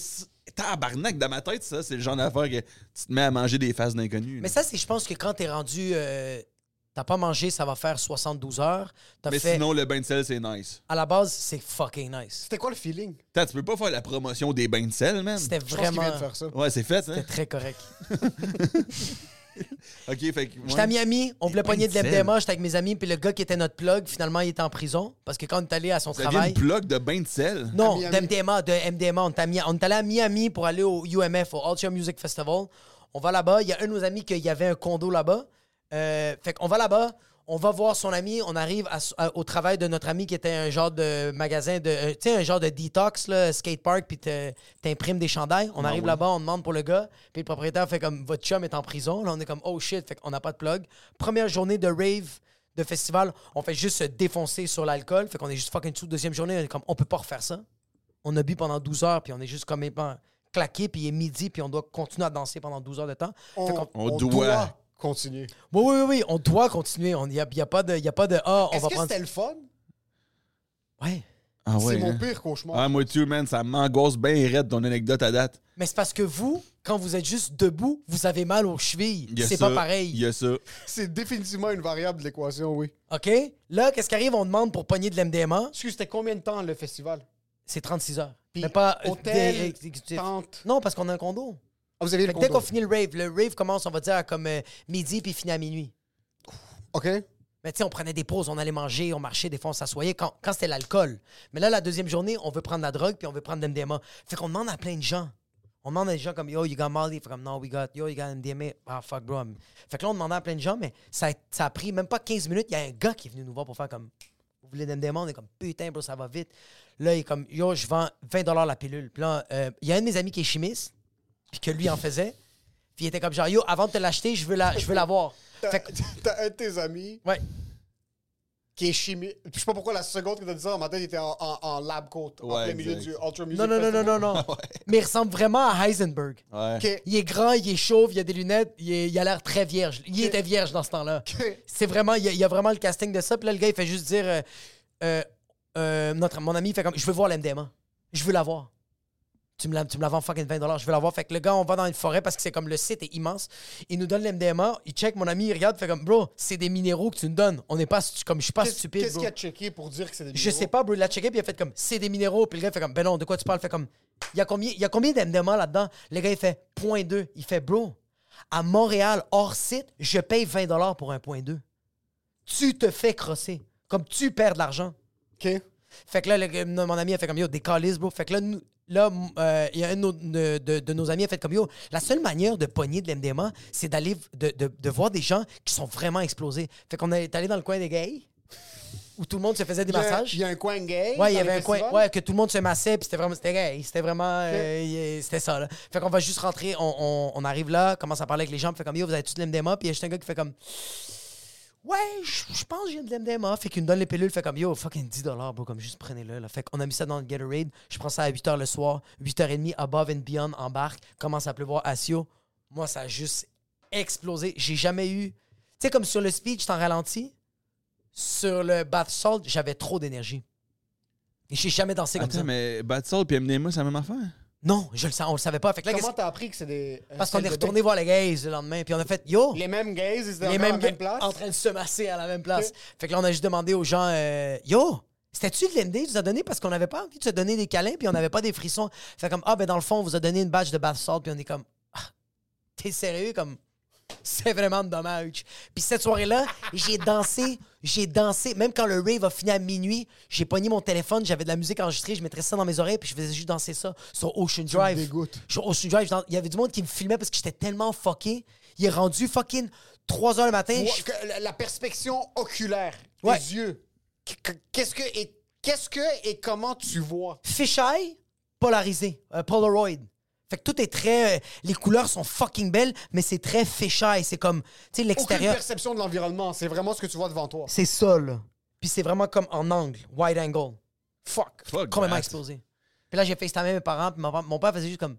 Tabarnak, dans ma tête, ça, c'est le genre d'affaire que tu te mets à manger des faces d'inconnus. Mais là. ça, c'est, je pense que quand t'es rendu. euh, t'as pas mangé, ça va faire 72 heures. T'as Mais fait. sinon, le bain de sel, c'est nice. À la base, c'est fucking nice. C'était quoi le feeling? T'as, tu peux pas faire la promotion des bains de sel, man. C'était Je pense qu'il vraiment. euh, vient de faire ça. Ouais, c'est fait, hein? C'était très correct. OK, fait que... J'étais à ouais. Miami, on voulait Des pogner de bains de l'MDMA, j'étais avec mes amis, puis le gars qui était notre plug, finalement, il était en prison. Parce que quand on est allé à son Ça vient travail. une bloc de bain de sel. Non, À Miami. d'MDMA, de MDMA. On est, à Mi- on est allé à Miami pour aller au UMF, au Ultra Music Festival. On va là-bas. Il y a un de nos amis qui avait un condo là-bas. Euh, fait qu'on va là-bas. On va voir son ami. On arrive à s- à- au travail de notre ami qui était un genre de magasin de. euh, tu sais, un genre de detox, là, skate park, puis te- t'imprimes des chandails. On arrive là-bas, on demande pour le gars. Puis le propriétaire fait comme votre chum est en prison. Là, on est comme oh shit. Fait qu'on n'a pas de plug. Première journée de rave de festival, on fait juste se défoncer sur l'alcool. Fait qu'on est juste fucking sous. Deuxième journée, on est comme on peut pas refaire ça on a bu pendant 12 heures, puis on est juste comme ben, claqué, puis il est midi, puis on doit continuer à danser pendant 12 heures de temps. Fait qu'on- On doit. continuer. Oui, oui, oui, oui, on doit continuer. Il n'y a, y a pas de. Y a pas de ah, on Est-ce va que prendre. c'était le fun? Ouais. Ah ouais, C'est mon hein? pire cauchemar. Ah, moi, too, man, ça m'angoisse bien raide ton anecdote à date. Mais c'est parce que vous, quand vous êtes juste debout, vous avez mal aux chevilles. Il y a C'est ça, pas pareil. Il y a ça. C'est définitivement une variable de l'équation, oui. OK? Là, qu'est-ce qui arrive? On demande pour pogner de l'MDMA. Excuse, c'était combien de temps le festival? C'est 36 heures. Puis Mais pas. euh, hôtel, des- exécutif. tente. Non, parce qu'on a un condo. Ah, vous aviez Fait le que dès condo. qu'on finit le rave, le rave commence, on va dire, à comme euh, midi, puis finit à minuit. OK. Mais Ben, tu sais, on prenait des pauses, on allait manger, on marchait, des fois on s'assoyait quand, quand c'était l'alcool. Mais là, la deuxième journée, on veut prendre la drogue puis on veut prendre de l'MDMA. Fait qu'on demande à plein de gens. On demande à des gens comme Yo, you got Molly. Fait comme No, we got. Yo, you got MDMA. Ah, fuck, bro. Fait que là, on demandait à plein de gens, mais ça a, ça a pris même pas 15 minutes. Il y a un gars qui est venu nous voir pour faire comme Vous voulez de l'MDMA? On est comme Putain, bro, ça va vite. Là, il est comme Yo, je vends 20 la pilule. Puis là, euh, il y a un de mes amis qui est chimiste, puis que lui en faisait. Puis il était comme genre Yo, avant de te l'acheter, je veux la, je veux l'avoir. Fait que, T'as un de tes amis ouais. qui est chimie. Je sais pas pourquoi la seconde que t'as dit ça, dans ma tête, il était en, en- en lab coat, en Ouais, plein milieu exact. du Ultra Music Non, non, non, non, Festival. non, non. Mais il ressemble vraiment à Heisenberg. Ouais. OK. Il est grand, il est chauve, il a des lunettes, il, est- il a l'air très vierge. Euh, Il était vierge dans ce temps-là. C'est vraiment, il y a, il y a vraiment le casting de ça. Puis là, le gars, il fait juste dire, euh, euh, euh, notre, mon ami, il fait comme, je veux voir l'MDMA. Je veux l'avoir. Tu me la, tu me la vends fucking 20 je veux l'avoir. Fait que le gars, on va dans une forêt parce que c'est comme le site est immense. Il nous donne l'MDMA, il check, mon ami, il regarde, fait comme, bro, c'est des minéraux que tu nous donnes. On n'est pas, stu- comme, je suis pas Qu'est-ce stupide. qu'est-ce bro. qu'il a checké pour dire que c'est des Je sais pas, bro. Il a checké, puis il a fait comme c'est des minéraux. Puis le gars fait comme ben non, de quoi tu parles? Fait comme il y a combien, il y a combien d'MDMA là-dedans? Le gars, il fait point 2. Il fait bro, à Montréal, hors site, je paye 20 pour un point 2. Tu te fais crosser. Comme tu perds de l'argent. OK. Fait que là, le gars- mon ami a fait comme yo, des calices, bro. Fait que là, nous, Là, m- euh, il y a un de nos- de, de- de nos amis qui a fait comme yo. La seule manière de pogner de l'MDMA, c'est d'aller v- de, de- de voir des gens qui sont vraiment explosés. Fait qu'on est allé dans le coin des gays, où tout le monde se faisait des Il y a- massages. Il y a un coin gay. Ouais, il y dans le avait un coin festival. ouais, que tout le monde se massait, puis c'était vraiment. C'était gay. C'était vraiment. euh, y- c'était ça, là. Fait qu'on va juste rentrer, on, on- on arrive là, commence à parler avec les gens, puis fait comme, yo, vous avez tous de l'MDMA, puis il y a juste un gars qui fait comme. Ouais, je je pense que j'ai de l'MDMA. Fait qu'il me donne les pilules, fait comme, yo, fucking 10 bro, comme juste prenez-le, là. Fait qu'on a mis ça dans le Gatorade, je prends ça à 8 h le soir, 8 h 30, above and beyond, embarque, commence à pleuvoir, Asio. Moi, ça a juste explosé. J'ai jamais eu. Tu sais, comme sur le speed, je t'en ralentis. Sur le bath salt, j'avais trop d'énergie. Et j'ai jamais dansé comme ça. Attends, Ah, mais Bad Soul puis MDMA, c'est la même affaire? Non, je le sens, on le savait pas. Fait que là, Comment qu'est-ce- t'as appris que c'est des. un parce qu'on style est de retourné voir les gays le lendemain, puis on a fait Yo, bec? Les mêmes gays, ils étaient les encore à la mêmes même gars place. en train de se masser à la même place. Fait que là, on a juste demandé aux gens euh, Yo, c'était-tu de l'MD tu nous as donné parce qu'on n'avait pas envie de se donner des câlins, puis on n'avait pas des frissons. Fait comme Ah, ben dans le fond, on vous a donné une badge de bath salt, puis on est comme Ah, T'es sérieux comme c'est vraiment dommage. Puis cette soirée-là, j'ai dansé, j'ai dansé. Même quand le rave a fini à minuit, j'ai pogné mon téléphone, j'avais de la musique enregistrée, je mettrais ça dans mes oreilles, puis je faisais juste danser ça sur Ocean Drive. Sur Ocean Drive, je dans- il y avait du monde qui me filmait parce que j'étais tellement fucké. Il est rendu fucking 3 h le matin. Ou- je- que- la- La perspection oculaire, Ouais. les yeux. Qu- qu- Qu'est-ce que et qu'est-ce que et comment tu vois fisheye polarisé, euh, Polaroid. Fait que tout est très. euh, les couleurs sont fucking belles, mais c'est très fisheye. C'est comme, tu sais, Aucune l'extérieur. perception de l'environnement, c'est vraiment ce que tu vois devant toi. C'est ça, là. Puis c'est vraiment comme en angle, wide angle. Fuck. Fuck Complètement that. explosé. Puis là, j'ai FaceTimé mes parents, puis mon, pa- mon père faisait juste comme.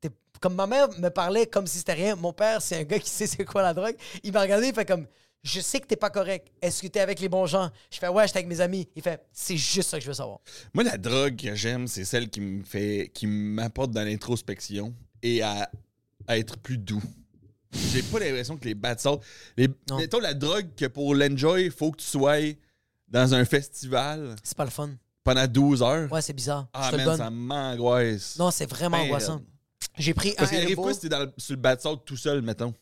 t'es- Comme ma mère me parlait comme si c'était rien, mon père, c'est un gars qui sait c'est quoi la drogue. Il m'a regardé, il fait comme Je sais que t'es pas correct. Est-ce que t'es avec les bons gens Je fais Ouais, j'étais avec mes amis. Il fait C'est juste ça que je veux savoir. Moi, la drogue que j'aime, c'est celle qui me fait, qui m'apporte dans l'introspection et à, à être plus doux. J'ai pas l'impression que les bad salt. Les, Non. mettons la drogue que pour l'enjoy, faut que tu sois dans un festival C'est pas le fun. pendant 12 heures. Ouais, c'est bizarre. ah, je te le man, donne. ça m'angoisse. Non, c'est vraiment Man. angoissant. J'ai pris un Parce qu'il arrive Haribo. pas si t'es dans le- sur le bad salt tout seul, mettons.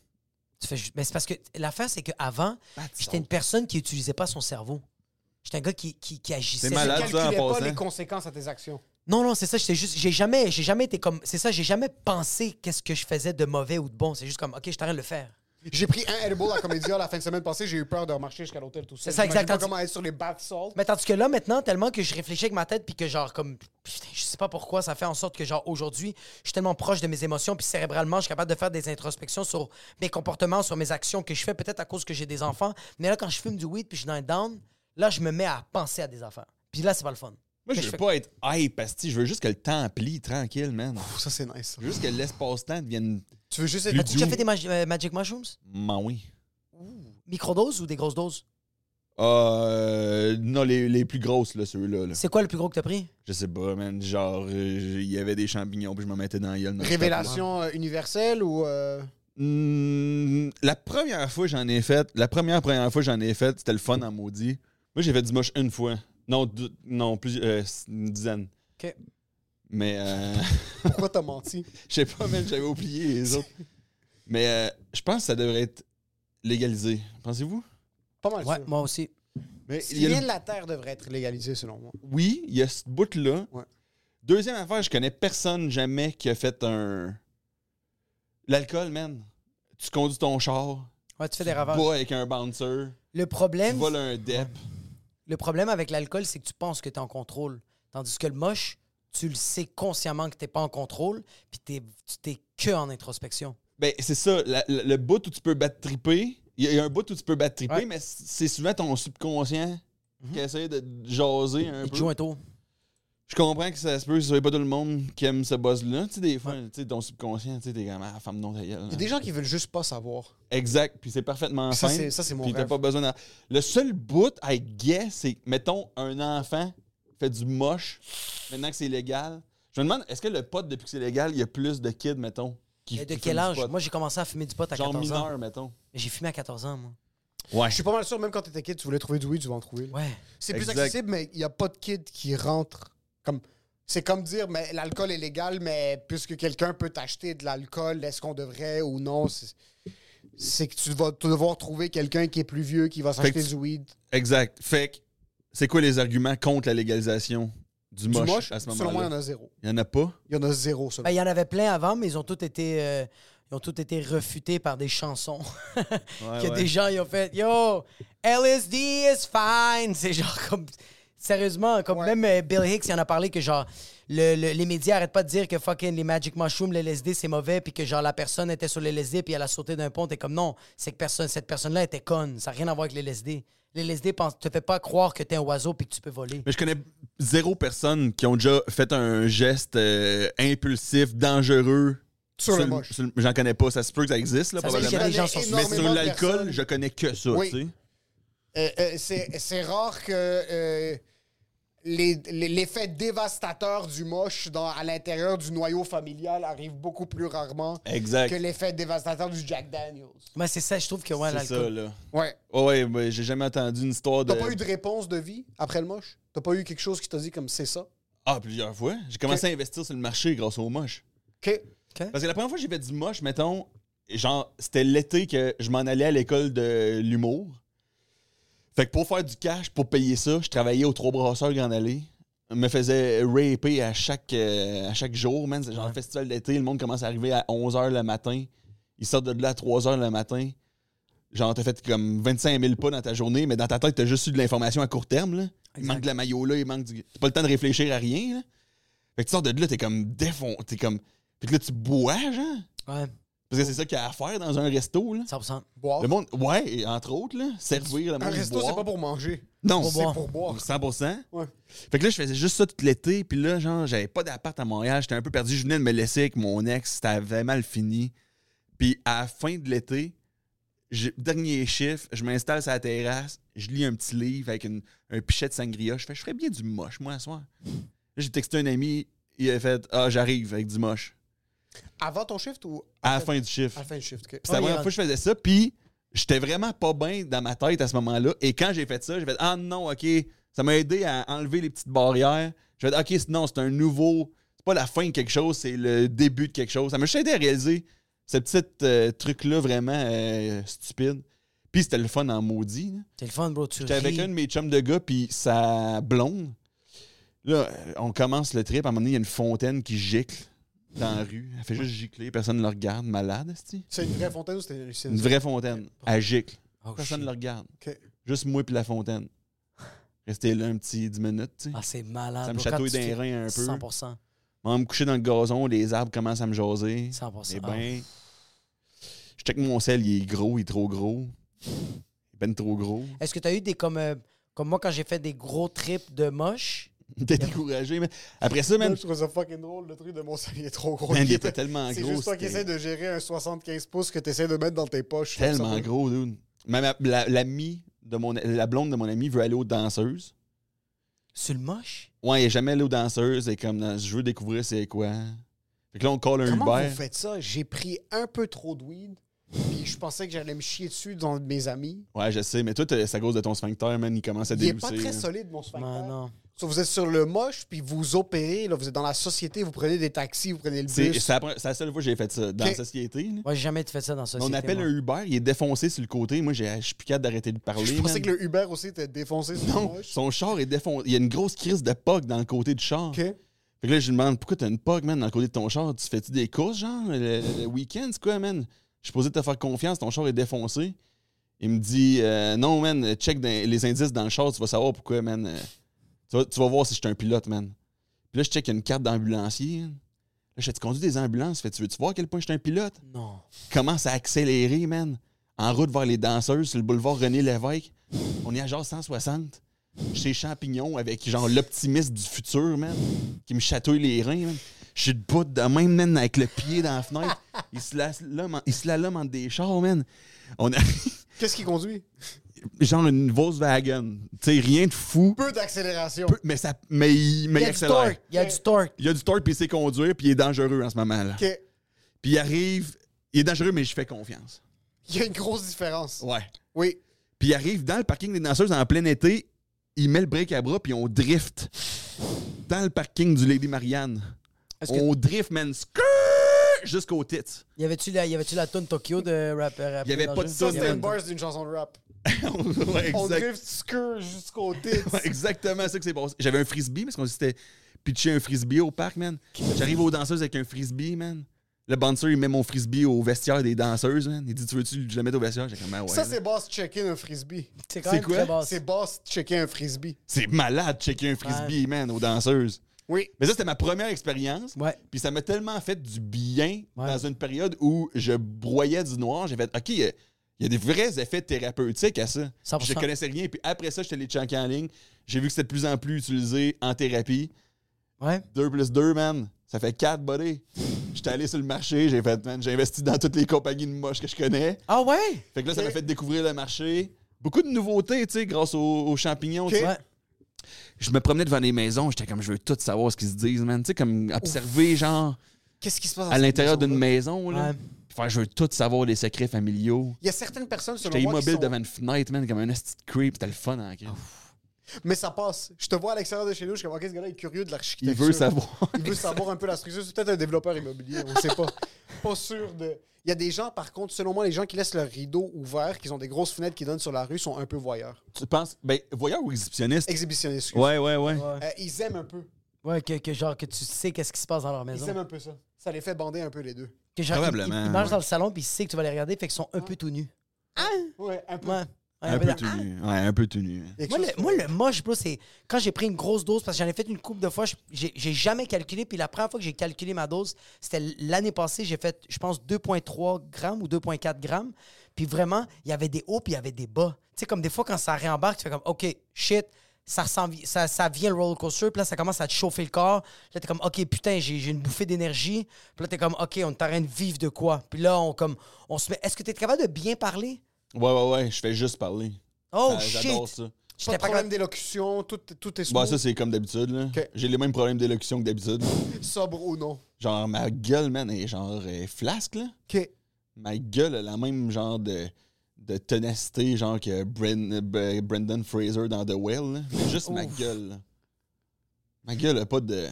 Tu fais juste- Mais c'est parce que l'affaire, c'est qu'avant, j'étais une personne qui n'utilisait pas son cerveau. J'étais un gars qui, qui, qui agissait. C'est malade. Ah, Calculez ça, en pas passant. les conséquences à tes actions. Non, non, c'est ça. J'étais juste. J'ai jamais, j'ai jamais été comme. C'est ça, j'ai jamais pensé qu'est-ce que je faisais de mauvais ou de bon. C'est juste comme, OK, je t'arrête de le faire. J'ai pris un edible à Comédia la fin de semaine passée, j'ai eu peur de remarcher jusqu'à l'hôtel tout seul. C'est ça, J'imagine exact. pas comment être sur les bath salts. Mais tandis que là, maintenant, tellement que je réfléchis avec ma tête, puis que genre, comme, putain, je sais pas pourquoi, ça fait en sorte que genre, aujourd'hui, je suis tellement proche de mes émotions, puis cérébralement, je suis capable de faire des introspections sur mes comportements, sur mes actions que je fais, peut-être à cause que j'ai des enfants. Mais là, quand je fume du weed, puis je suis dans un down, là, je me mets à penser à des affaires. Puis là, c'est pas le fun. Ben, Moi, je je veux fais- pas être hype, pasti. Je veux juste que le temps plie tranquille, man. Ça, c'est nice. Je veux juste que l'espace-temps devienne. Tu veux juste Plus être. As-tu déjà fait des magi- euh, Magic Mushrooms? Man, oui. Microdose ou des grosses doses? Euh, non, les, les plus grosses, là, ceux-là. là. C'est quoi le plus gros que t'as pris? Je sais pas, man. Genre, euh, il y avait des champignons, puis je me mettais dans la gueule. non-stop. Révélation euh, universelle ou. euh, Hmm, la première fois, j'en ai fait. La première, première fois, j'en ai fait. C'était le fun en maudit. Moi, j'ai fait du moche une fois. Non, deux- non plus, euh, une dizaine. OK. Mais, euh, Pourquoi t'as menti je sais pas, man, j'avais oublié les autres. Mais euh, je pense que ça devrait être légalisé. Pensez-vous? Pas mal. Ouais, sûr. moi aussi. Mais Ce il qui y a le- vient de la terre devrait être légalisé, selon moi. oui, il y a ce bout-là. Ouais. Deuxième affaire, je connais personne jamais qui a fait un. L'alcool, man. Tu conduis ton char, Ouais, tu fais des pas Ah. ravages. avec un bouncer, Le tu problème, voles un dep. le problème avec l'alcool, c'est que tu penses que t'es en contrôle. Tandis que le moche, tu le sais consciemment que t'es pas en contrôle, puis t'es- tu t'es que en introspection. Ben, c'est ça, la- la- le bout où tu peux battre triper, il y, a- il y a un bout où tu peux battre triper, Ouais. mais c- c'est souvent ton subconscient Mhm. qui essaie de jaser un Il te peu. joue un tour. Je comprends que ça se peut, c'est pas tout le monde qui aime ce buzz-là. Tu sais, des fois, tu sais, ton subconscient, tu sais, t'es comme, ah, femme non ta gueule, Il y a hein. des gens qui veulent juste pas savoir. Exact, puis c'est parfaitement Ça, sain, c'est- ça, c'est mon Puis t'as rêve. pas besoin d'en- Le seul bout, I guess, c'est, mettons, un enfant fait du moche, maintenant que c'est légal. Je me demande, est-ce que le pot, depuis que c'est légal, il y a plus de kids, mettons, qui Et de qui quel fument du âge? pot? Moi, j'ai commencé à fumer du pot à Genre 14 ans. mineur, mettons. J'ai fumé à 14 ans, moi. Ouais. Je suis pas mal sûr, même quand t'étais kid, tu voulais trouver du weed, tu vas en trouver. là. Ouais. C'est plus Exact. accessible, mais il n'y a pas de kid qui rentre. Comme, c'est comme dire, mais l'alcool est légal, mais puisque quelqu'un peut t'acheter de l'alcool, est-ce qu'on devrait ou non? C'est- C'est que tu vas devoir trouver quelqu'un qui est plus vieux, qui va que s'acheter tu- du weed. Exact. Fait que, c'est quoi les arguments contre la légalisation? du Du moche, moche, à ce selon moi, il y en moment-là. a zéro. Il n'y en a pas. Il y en a zéro, selon Ben, il y en avait plein avant, mais ils ont tous été, euh, ils ont tous été refutés par des chansons. que ouais. des gens ils ont fait Yo, LSD is fine. C'est genre comme. Sérieusement, comme même euh, Bill Hicks, il en a parlé que genre, le- le- les médias arrêtent pas de dire que fucking les Magic Mushroom, l'LSD, c'est mauvais, puis que genre la personne était sur l'LSD, puis elle a sauté d'un pont. T'es comme non, c'est que personne, cette personne-là était conne. Ça n'a rien à voir avec l'LSD. L'LSD pense- te fait pas croire que t'es un oiseau puis que tu peux voler. Mais je connais zéro personne qui ont déjà fait un geste euh, impulsif, dangereux. Sur le le- moche. le- J'en connais pas. Ça se peut que ça existe, là, Ça se peut qu'il y a probablement. des gens sur- Mais énormément sur de l'alcool, personnes. je connais que ça, Oui. tu sais. Euh, euh, c'est c'est rare que euh, les- les- l'effet dévastateur du moche dans, à l'intérieur du noyau familial arrive beaucoup plus rarement Exact. que l'effet dévastateur du Jack Daniels. Mais c'est ça, je trouve que ouais, C'est ça, l'alcool. là. Ouais. Oh, ouais, ouais, j'ai jamais entendu une histoire de. T'as pas eu de réponse de vie après le moche? T'as pas eu quelque chose qui t'a dit comme c'est ça? Ah, plusieurs fois. J'ai commencé à investir sur le marché grâce au moche. OK. Parce que la première fois que j'ai fait du moche, mettons, genre, c'était l'été que je m'en allais à l'école de l'humour. Fait que pour faire du cash, pour payer ça, je travaillais aux trois brasseurs Grand Allée. Je Me faisais raper à chaque, euh, à chaque jour, man. C'est genre un festival d'été, le monde commence à arriver à 11h le matin. Ils sortent de là à 3h le matin. Genre, t'as fait comme 25 000 pas dans ta journée, mais dans ta tête, t'as juste eu de l'information à court terme. Là. Il manque de la maillot là, il manque du. T'as pas le temps de réfléchir à rien. Là. Fait que tu sors de là, t'es comme défon. T'es comme. Fait que là, tu bois, genre. Ouais, Parce que c'est ça qu'il y a à faire dans un resto, là. 100%. Boire. Le monde, ouais, et entre autres, là, servir le monde. Un resto, boire. c'est pas pour manger. Non, pour c'est boire. Pour boire. 100%. Ouais. Fait que là, je faisais juste ça tout l'été. Puis là, genre, j'avais pas d'appart à Montréal. J'étais un peu perdu. Je venais de me laisser avec mon ex. C'était vraiment mal fini. Puis à la fin de l'été, j'ai- dernier chiffre, je m'installe sur la terrasse. Je lis un petit livre avec une- un pichet de sangria. Je fais, je ferais bien du moche, moi, à soir. Là, j'ai texté un ami. Il a fait, ah, j'arrive avec du moche. Avant ton shift ou À la fin du chiffre. à la fin du shift? OK. Puis c'est la Oh, il première rentre. fois que je faisais ça, puis j'étais vraiment pas bien dans ma tête à ce moment-là. Et quand j'ai fait ça, j'ai fait Ah non, ok, ça m'a aidé à enlever les petites barrières. J'ai fait Ok, non, c'est un nouveau. C'est pas la fin de quelque chose, c'est le début de quelque chose. Ça m'a juste aidé à réaliser ce petit euh, truc-là vraiment euh, stupide. Puis c'était le fun en maudit. là. C'est le fun, bro. Tu J'étais avec ris. un de mes chums de gars, puis sa blonde. Là, euh, on commence le trip. À un moment donné, il y a une fontaine qui gicle dans la rue. Elle fait juste gicler, personne ne le regarde, malade, cest C'est une vraie fontaine ou c'était une une vraie fontaine. À gicle. Personne ne le regarde. Oh, OK. Juste moi puis la fontaine. Rester là un petit 10 minutes, tu sais. Ah, c'est malade. Ça me bro. Quand chatouille tu dans les fais- reins un peu. 100%. On va me coucher dans le gazon, les arbres commencent à me jaser. 100%. Eh ben, je check mon sel, il est gros, il est trop gros. Il est ben trop gros. Est-ce que tu as eu des comme euh, comme moi quand j'ai fait des gros trips de moche T'es découragé, mais après ça, Même, même. je trouve ça fucking drôle, le truc de mon sac il est trop gros. Man, il était tellement C'est gros, juste toi qui c'était- essaies de gérer un 75 pouces que tu essaies de mettre dans tes poches. Tellement gros, dude. Même la- l'ami de mon la blonde de mon ami veut aller aux danseuses. sur le moche Ouais, il est jamais allé aux danseuses et comme dans- je veux découvrir c'est quoi. Fait que là on colle un Comment Uber. vous faites ça? J'ai pris un peu trop de weed, puis je pensais que j'allais me chier dessus dans mes amis. Ouais, je sais, mais toi, t'as- c'est à cause de ton sphincter, man, il commence à Il est dégousser. pas très là. solide, mon sphincter. Non, Ah, non. So, vous êtes sur le moche, puis vous opérez, là, vous êtes dans la société, vous prenez des taxis, vous prenez le C'est bus. c'est la, pre- c'est la seule fois que j'ai fait ça dans Ok. la société. là. Moi, j'ai jamais fait ça dans ça. on appelle un Uber, il est défoncé sur le côté. Moi, j'ai- je suis plus capable d'arrêter de parler. Je pensais man. que le Uber aussi était défoncé sur le Non, moche. son char est défoncé. Il y a une grosse crise de POC dans le côté du char. OK. Fait que là, je lui demande pourquoi t'as une POC, man, dans le côté de ton char. Tu fais-tu des courses, genre, le, le week-end, c'est quoi, man? Je suis posé te faire confiance, ton char est défoncé. Il me dit, euh, non, man, check dans- les indices dans le char, tu vas savoir pourquoi, man. Euh, tu, vas, tu vas voir si je suis un pilote, man. Puis là, je check une carte d'ambulancier. hein. Là, je fais, tu conduis des ambulances. Fait, tu veux-tu voir à quel point je suis un pilote? Non. commence à accélérer, man. En route vers les danseuses sur le boulevard René Lévesque. On est à genre 160. Chez Champignon avec genre l'optimiste du futur, man, qui me chatouille les reins, man. Je suis debout de même, man, avec le pied dans la fenêtre. Il se la l'homme en des chars, man. On a Qu'est-ce qui conduit? genre une Volkswagen. Tu sais, rien de fou. Peu d'accélération. Peu- mais ça, mais, il- mais Il y a il du accélère. torque. Il y a du torque. Il y a du torque, puis il sait conduire, puis il est dangereux en ce moment-là. OK. Puis il arrive, il est dangereux, mais je fais confiance. Il y a une grosse différence. Ouais. Oui. Puis il arrive dans le parking des danseuses en plein été, il met le break à bras, puis on drift dans le parking du Lady Marianne. Est-ce que- On drift, man. Skrrr! jusqu'aux tits. Y avait-tu la, y avait-tu la toune Tokyo de rapper rap, Y avait pas de Ça, toune, c'était avait une bars d'une chanson de rap. Ouais, On exact- drift du cœur jusqu'au titre. Ouais, exactement ça que c'est passé. J'avais un frisbee, mais ce qu'on dit, c'était pitcher un frisbee au parc, man. J'arrive aux danseuses avec un frisbee, man. Le bouncer, il met mon frisbee au vestiaire des danseuses, man. Il dit, tu veux-tu que je le mette au vestiaire? J'ai comme, Ah ouais. Ça, là. c'est boss checker un frisbee. C'est quand C'est même quoi? très basse. C'est boss checker un frisbee. c'est malade, checker un frisbee, man, aux danseuses. Oui. Mais ça, c'était ma première expérience. Ouais. Puis ça m'a tellement fait du bien Ouais. dans une période où je broyais du noir. J'ai fait, OK, il y a- il y a des vrais effets thérapeutiques à ça. 100%. Je connaissais rien. Puis après ça, j'étais allé checker en ligne. J'ai vu que c'était de plus en plus utilisé en thérapie. Ouais. 2 plus 2, man. Ça fait 4, buddy. J'étais allé sur le marché, j'ai fait, man, j'ai investi dans toutes les compagnies de moches que je connais. Ah ouais? Fait que là, ça m'a fait découvrir le marché. Beaucoup de nouveautés, tu sais, grâce aux, aux champignons. tu sais. Ouais. Je me promenais devant les maisons, j'étais comme, je veux tout savoir ce qu'ils se disent, man. Tu sais, comme observer, genre, Qu'est-ce qui se passe dans à cette l'intérieur d'une maison-là? maison, là. Ouais. Puis faire, je veux tout savoir des secrets familiaux. Il y a certaines personnes, selon J'étais moi, qui immobile sont- devant une fenêtre, man, comme un esti de creep. C'était le fun, hein, en crise. Mais ça passe. Je te vois à l'extérieur de chez nous, je suis comme, OK, ce gars-là est curieux de Il l'architecture. veut savoir. Il veut savoir un peu la structure. C'est peut-être un développeur immobilier, on sait pas. pas sûr de. Il y a des gens, par contre, selon moi, les gens qui laissent leur rideau ouvert, qui ont des grosses fenêtres qui donnent sur la rue, sont un peu voyeurs. tu penses, ben, voyeur ou exhibitionniste? Exhibitionnistes. excuse. ouais, ouais, ouais. Euh, ils aiment un peu. Ouais, que, que genre que tu sais qu'est-ce qui se passe dans leur Ils maison. aiment un peu ça. Ça les fait bander un peu les deux. Que genre, ils- Probablement, Ils, ils mangent ouais. dans le salon puis ils savent que tu vas les regarder, fait qu'ils sont un peu tout nus. Ouais, un peu. Ouais. Ouais, Un ben, peu tout nu. Ouais, un peu tout nu. Quelque Moi chose le, que- moi, le moche, bro, c'est quand j'ai pris une grosse dose, parce que j'en ai fait une coupe de fois, je- j'ai j'ai jamais calculé. Puis la première fois que j'ai calculé ma dose, c'était l'année passée, j'ai fait, je pense, 2,3 grammes ou 2,4 grammes. Puis vraiment, il y avait des hauts, puis il y avait des bas. Tu sais, comme des fois, quand ça réembarque, tu fais comme, OK, shit, ça, ressemble, ça, ça vient le roller coaster, puis là, ça commence à te chauffer le corps. Là, t'es comme, OK, putain, j'ai j'ai une bouffée d'énergie. Puis là, t'es comme, OK, on est en train de vivre de quoi. Puis là, on, comme, on se met. Est-ce que t'es capable de bien parler? Ouais, ouais, ouais, je fais juste parler. Oh, Ah, shit! J'adore ça. Pas J'étais de pas problème capable. d'élocution, tout, tout est Bah, sobre, ça, c'est comme d'habitude, là. Ok. J'ai les mêmes problèmes d'élocution que d'habitude. sobre ou non. genre, ma gueule, man, est genre euh, flasque, là. OK. Ma gueule a la même genre de, de ténacité, genre que Bren- euh, Brendan Fraser dans The Whale, là. Mais juste ma gueule, là. Ma gueule a pas de.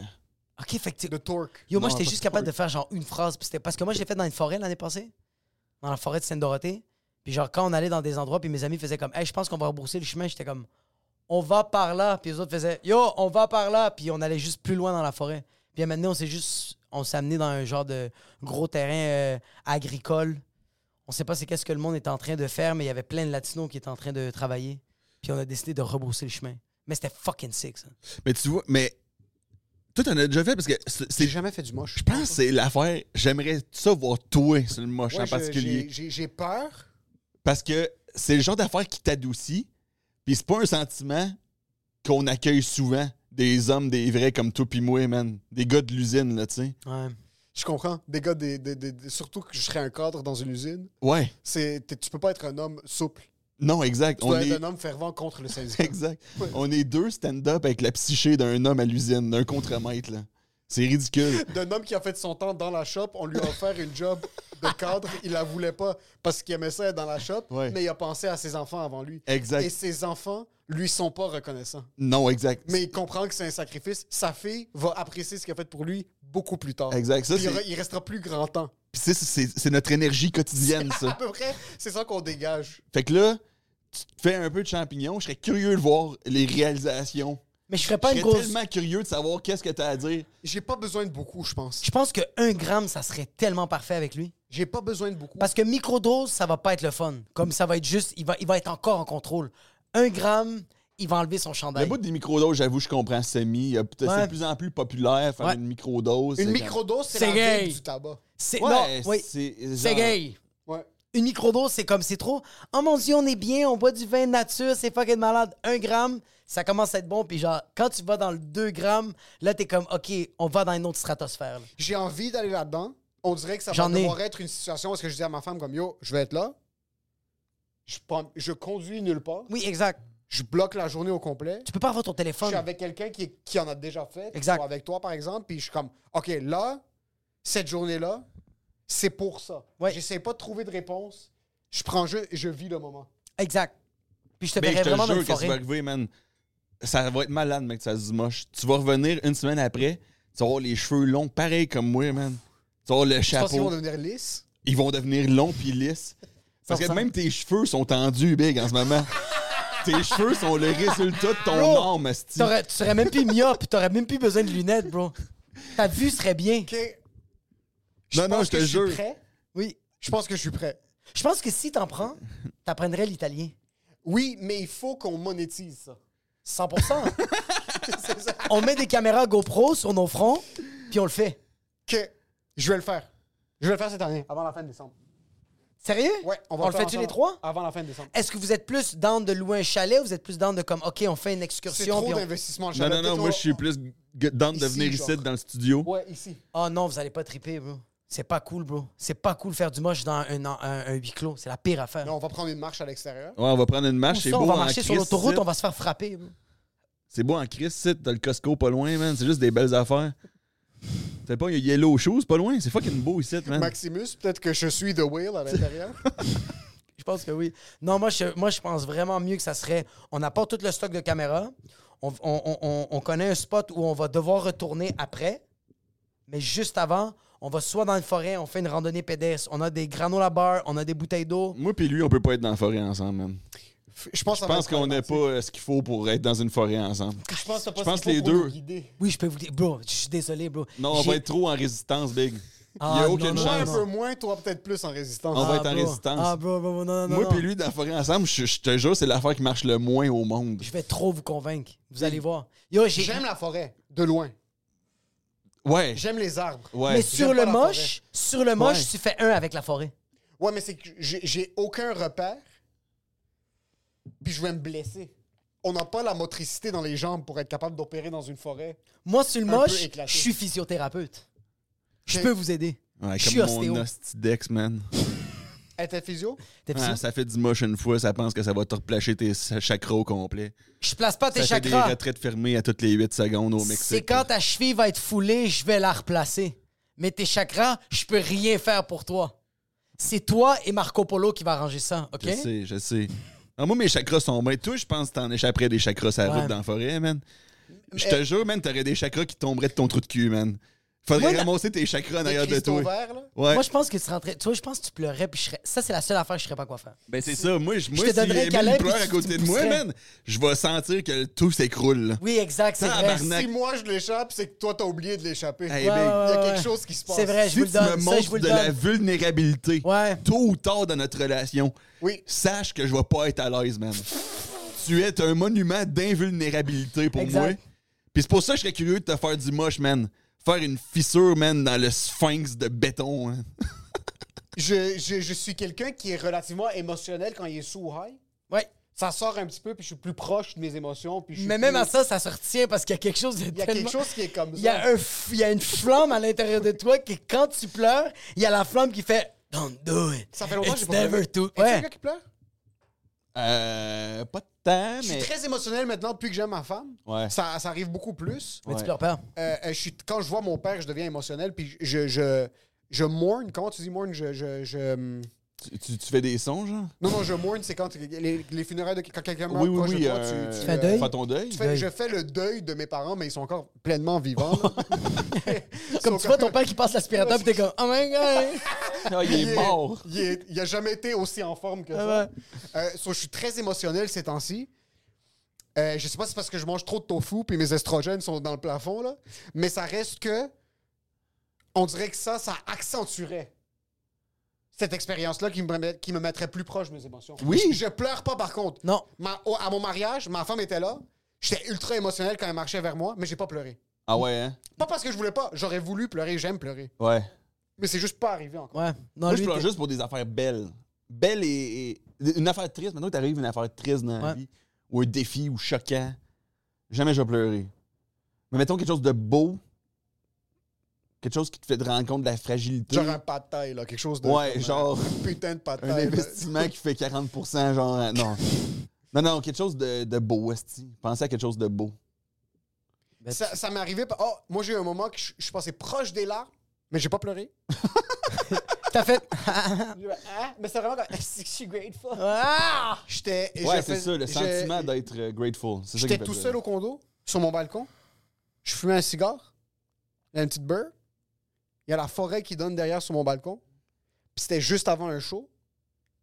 OK, fait que t'es- De torque. Yo, moi, Non, j'étais pas juste de capable de faire genre une phrase. puis c'était- Parce que moi, je l'ai fait dans une forêt l'année passée, dans la forêt de Sainte-Dorothée. Puis genre, quand on allait dans des endroits, puis mes amis faisaient comme, hey, je pense qu'on va rebrousser le chemin, j'étais comme, on va par là. Puis les autres faisaient, yo, on va par là. Puis on allait juste plus loin dans la forêt. Puis maintenant, on s'est juste, on s'est amené dans un genre de gros terrain euh, agricole. On sait pas c'est qu'est-ce que le monde est en train de faire, mais il y avait plein de latinos qui étaient en train de travailler. Puis on a décidé de rebrousser le chemin. Mais c'était fucking sick, ça. Mais tu vois, mais. Toi, t'en as déjà fait parce que c'est. J'ai c'est- jamais fait du moche. Je pense que c'est l'affaire. J'aimerais ça voir toi sur le moche Ouais, en je- particulier. j'ai- j'ai- J'ai peur. Parce que c'est le genre d'affaire qui t'adoucit. Puis c'est pas un sentiment qu'on accueille souvent des hommes, des vrais comme toi pis moi, man. Des gars de l'usine, là, tu sais. Ouais. Je comprends. Des gars, des, des- des- des- surtout que je serais un cadre dans une usine, Ouais. c'est t'es- tu peux pas être un homme souple. Non, exact. Tu On dois est... être un homme fervent contre le syndicat. exact. On est deux stand-up avec la psyché d'un homme à l'usine, d'un contremaître, là. C'est ridicule. D'un homme qui a fait son temps dans la shop, on lui a offert une job de cadre, il la voulait pas parce qu'il aimait ça être dans la shop, Ouais. mais il a pensé à ses enfants avant lui. Exact. Et ses enfants lui sont pas reconnaissants. Non, exact. Mais il comprend que c'est un sacrifice. Sa fille va apprécier ce qu'il a fait pour lui beaucoup plus tard. Exact. Ça, Puis il, c'est- re- il restera plus grand temps. Puis c'est- c'est c'est notre énergie quotidienne, À ça. peu près, c'est ça qu'on dégage. Fait que là, tu te fais un peu de champignons. Je serais curieux de voir les réalisations. Mais je ferais Je pas une serais grosse. tellement curieux de savoir qu'est-ce que t'as à dire. J'ai pas besoin de beaucoup, je pense. Je pense que 1 gramme, ça serait tellement parfait avec lui. J'ai pas besoin de beaucoup. Parce que microdose, ça va pas être le fun. Comme ça va être juste, il va, il va être encore en contrôle. 1 gramme, il va enlever son Le chandail. bout des microdoses, j'avoue, je comprends semi. Il y a peut- Ouais. C'est de plus en plus populaire faire Ouais. une microdose. Une C'est microdose, c'est C'est la gay. vape du tabac. C'est comme- non, Ouais, oui, c'est c'est genre- gay. Ouais. Une microdose, c'est comme c'est trop. Oh mon dieu, on est bien, on boit du vin de nature, c'est fucking malade. 1 gramme, ça commence à être bon. Puis genre, quand tu vas dans le 2 grammes, là, t'es comme, OK, on va dans une autre stratosphère. là. J'ai envie d'aller là-dedans. On dirait que ça va J'en ai. devoir être une situation où est-ce que je dis à ma femme comme yo, je vais être là. Je, prends- je conduis nulle part. Oui, exact. Je bloque la journée au complet. Tu peux pas avoir ton Je téléphone. suis avec quelqu'un qui, est- qui en a déjà fait. Exact. Ou Avec toi, par exemple. Puis je suis comme, OK, là, cette journée-là, c'est pour ça. Ouais. J'essaie pas de trouver de réponse. Je prends jeu et je vis le moment. Exact. Puis je te Mais verrais Ben, je te vraiment dans jure une que ça va forêt. arriver, man. Ça va être malade, mec, ça se dit moche. Tu vas revenir une semaine après, tu vas avoir les cheveux longs, pareil comme moi, man. Tu Genre Je le pense qu'ils vont chapeau. devenir lisses. Ils vont devenir longs puis lisses. Parce que 100%. même tes cheveux sont tendus, Big, en ce moment. tes cheveux sont le résultat de ton Bro, âme, asti. T'aurais- tu serais même plus myope, t'aurais même plus besoin de lunettes, bro. Ta vue serait bien. OK. Non, non, pense je que te suis jure. prêt. Oui. Je pense que je suis prêt. Je pense que si t'en prends, t'apprendrais l'italien. Oui, mais il faut qu'on monétise ça. 100%. On met des caméras GoPro sur nos fronts, puis on le fait. Que je vais le faire. Je vais le faire cette année, avant la fin de décembre. Sérieux? Ouais, on va le faire fait-tu ensemble les trois? Avant la fin de décembre. Est-ce que vous êtes plus down de louer un chalet ou vous êtes plus down de comme, OK, on fait une C'est excursion? trop puis on- d'investissement. Non, Charlotte. non, non, Peut-être moi, on- je suis plus g- down de Ici, venir ici, genre. dans le studio. Ouais, ici. Oh non, vous allez pas triper, bro. C'est pas cool, bro. C'est pas cool faire du moche dans un, un, un- un huis clos. C'est la pire affaire. Non, on va prendre une marche à l'extérieur. Ouais, on va prendre une marche. C'est Ça, beau on va en marcher sur Christ, l'autoroute, site. on va se faire frapper. bro. C'est beau en Chris, site. T'as le Costco pas loin, man. C'est juste des belles affaires. T'as pas, il y a Yellow Shoes pas loin. C'est fucking beau ici, man. Maximus, peut-être que je suis The Whale à l'intérieur. Je pense que oui. Non, moi je, moi, je pense vraiment mieux que ça serait. On n'a pas tout le stock de caméras. On, on- on- on- on connaît un spot où on va devoir retourner après. Mais juste avant, on va soit dans une forêt, on fait une randonnée pédestre. On a des granola bars, on a des bouteilles d'eau. Moi puis lui, on peut pas être dans la forêt ensemble, man. je pense, Je pense qu'on n'a pas euh, ce qu'il faut pour être dans une forêt ensemble. Je pense, je pense les deux. Oui, je peux vous dire. Bro, je suis désolé, bro. Non, on J'ai- va être trop en résistance, Big. Ah, il y a non, aucune non, Moi, un chance. peu moins, toi, peut-être plus en résistance. On va être en bro. résistance. Ah, bro, bro, bro, non, non, non, Moi non. puis lui, dans la forêt ensemble, je, je te jure, c'est l'affaire qui marche le moins au monde. Je vais trop vous convaincre. Vous allez voir. Yo, j'ai. J'aime la forêt, de loin. Ouais. J'aime les arbres. Ouais. Mais J'aime sur pas le la moche, sur le moche, Ouais. tu fais un avec la forêt. Ouais, mais c'est que j'ai j'ai aucun repère. Puis je vais me blesser. On n'a pas la motricité dans les jambes pour être capable d'opérer dans une forêt. Moi, sur le Un peu moche, éclaté. je suis physiothérapeute. Je Ok. peux vous aider. Ouais, je suis comme ostéo. mon hostie d'ex, man. Être physio? T'es Ah, physio? ça fait du moche une fois, ça pense que ça va te replacher tes chakras au complet. Je place pas tes Ça fait des chakras. retraites fermées à toutes les 8 secondes au Mexique. C'est quand ta cheville va être foulée, je vais la replacer. Mais tes chakras, je peux rien faire pour toi. C'est toi et Marco Polo qui va arranger ça, OK? Je sais, je sais. Non, moi, mes chakras sont bien. Toi, je pense que t'en échapperais des chakras à la Ouais. route dans la forêt, man. Je te jure, man, t'aurais des chakras qui tomberaient de ton trou de cul, man. Faudrait Moi, ramasser tes chakras en Des arrière de cristaux toi. verts, là? Ouais. Moi, je pense que tu rentrais. Tu vois, je pense que tu pleurais, puis je serais. Ça, c'est la seule affaire que je ne saurais pas quoi faire. Ben, c'est ça. Moi, je, moi te si donnerais un Emile câlin, pleure puis à tu- côté tu de moi, pousserais. man, je vais sentir que tout s'écroule, là. Oui, exact, c'est vrai. Tabarnak. Si moi je l'échappe, c'est que toi t'as oublié de l'échapper. Il Hey, y big. a ouais, quelque ouais. chose qui se passe. C'est vrai, je si vous tu le donne. me ça, je montres vous de le la donne. vulnérabilité, Ouais. tôt ou tard dans notre relation, Oui. sache que je vais pas être à l'aise, man. tu es un monument d'invulnérabilité pour Exact. moi. Puis c'est pour ça que je serais curieux de te faire du moche, man. Faire une fissure, man, dans le sphinx de béton. hein. Je, je- je suis quelqu'un qui est relativement émotionnel quand il est sous high. Ouais. Ça sort un petit peu, puis je suis plus proche de mes émotions. Puis je suis Mais même plus- à ça, ça se retient parce qu'il y a quelque chose de Il y a quelque chose qui est comme Il y, a ça. un f- il y a une flamme à l'intérieur de toi qui, quand tu pleures, il y a la flamme qui fait Don't do it. Ça fait longtemps que j'ai It's pas never pleuré. too. Es-tu Ouais. quelqu'un qui pleure? Euh, pas de temps, Je suis mais. très émotionnel maintenant depuis que j'aime ma femme. Ouais. Ça, ça arrive beaucoup plus. Mais tu pleures pas. Euh, euh, je suis, quand je vois mon père, je deviens émotionnel, puis je, je, je mourne. Comment tu dis mourne? Je, je, je- hum, Tu, tu- tu fais des sons, genre? Non, non, je mourne, c'est quand les, les funérailles, de, quand quelqu'un meurt Oui, oui, proche oui. de toi, euh, tu, tu, fais un deuil? Fais ton deuil. Tu fais- je fais le deuil de mes parents, mais ils sont encore pleinement vivants. là. Ils Comme sont tu vois ton père qui passe l'aspirateur, puis t'es comme Oh my god. Ah, il est mort. Il, est- il a jamais été aussi en forme Ah que ça. Euh, so, je suis très émotionnel ces temps-ci. Euh, je sais pas si c'est parce que je mange trop de tofu puis mes estrogènes sont dans le plafond, là. mais ça reste que. On dirait que ça, ça accentuerait cette expérience-là qui me, remet- qui me mettrait plus proche de mes émotions. Oui. Je, je pleure pas par contre. Non. Ma- au- à mon mariage, ma femme était là. J'étais ultra émotionnel quand elle marchait vers moi, mais j'ai pas pleuré. Ah ouais, hein? Pas parce que je voulais pas. J'aurais voulu pleurer, j'aime pleurer. Ouais. Mais c'est juste pas arrivé encore. Ouais. Non, Moi, lui, je pleure t'es- juste pour des affaires belles. Belles et. et- Une affaire triste, maintenant, t'arrives une affaire triste dans la Ouais. vie, ou un défi, ou choquant. Jamais je vais pleurer. Mais mettons quelque chose de beau, quelque chose qui te fait te rendre compte de la fragilité. Genre un pas de taille, là, quelque chose de. Ouais, comme, genre- un Putain de pas de Un taille. là. investissement qui fait 40 genre. euh, Non. non, non, quelque chose de, de beau, Esti. Pensez à quelque chose de beau. Ça, ça m'est arrivé. pa- Oh, moi, j'ai eu un moment que je, je suis passé proche des larmes, mais j'ai pas pleuré. T'as fait. Ah. J'ai fait, Hein? Mais c'est vraiment comme. Je suis grateful. Ah! J'étais. et Ouais, je c'est fais- ça, le je- sentiment d'être euh, grateful. C'est ça qui J'étais me fait tout pleurer. seul au condo, sur mon balcon. Je fumais un cigare, une petite beurre. Il Il y a la forêt qui donne derrière sur mon balcon. Puis c'était juste avant un show.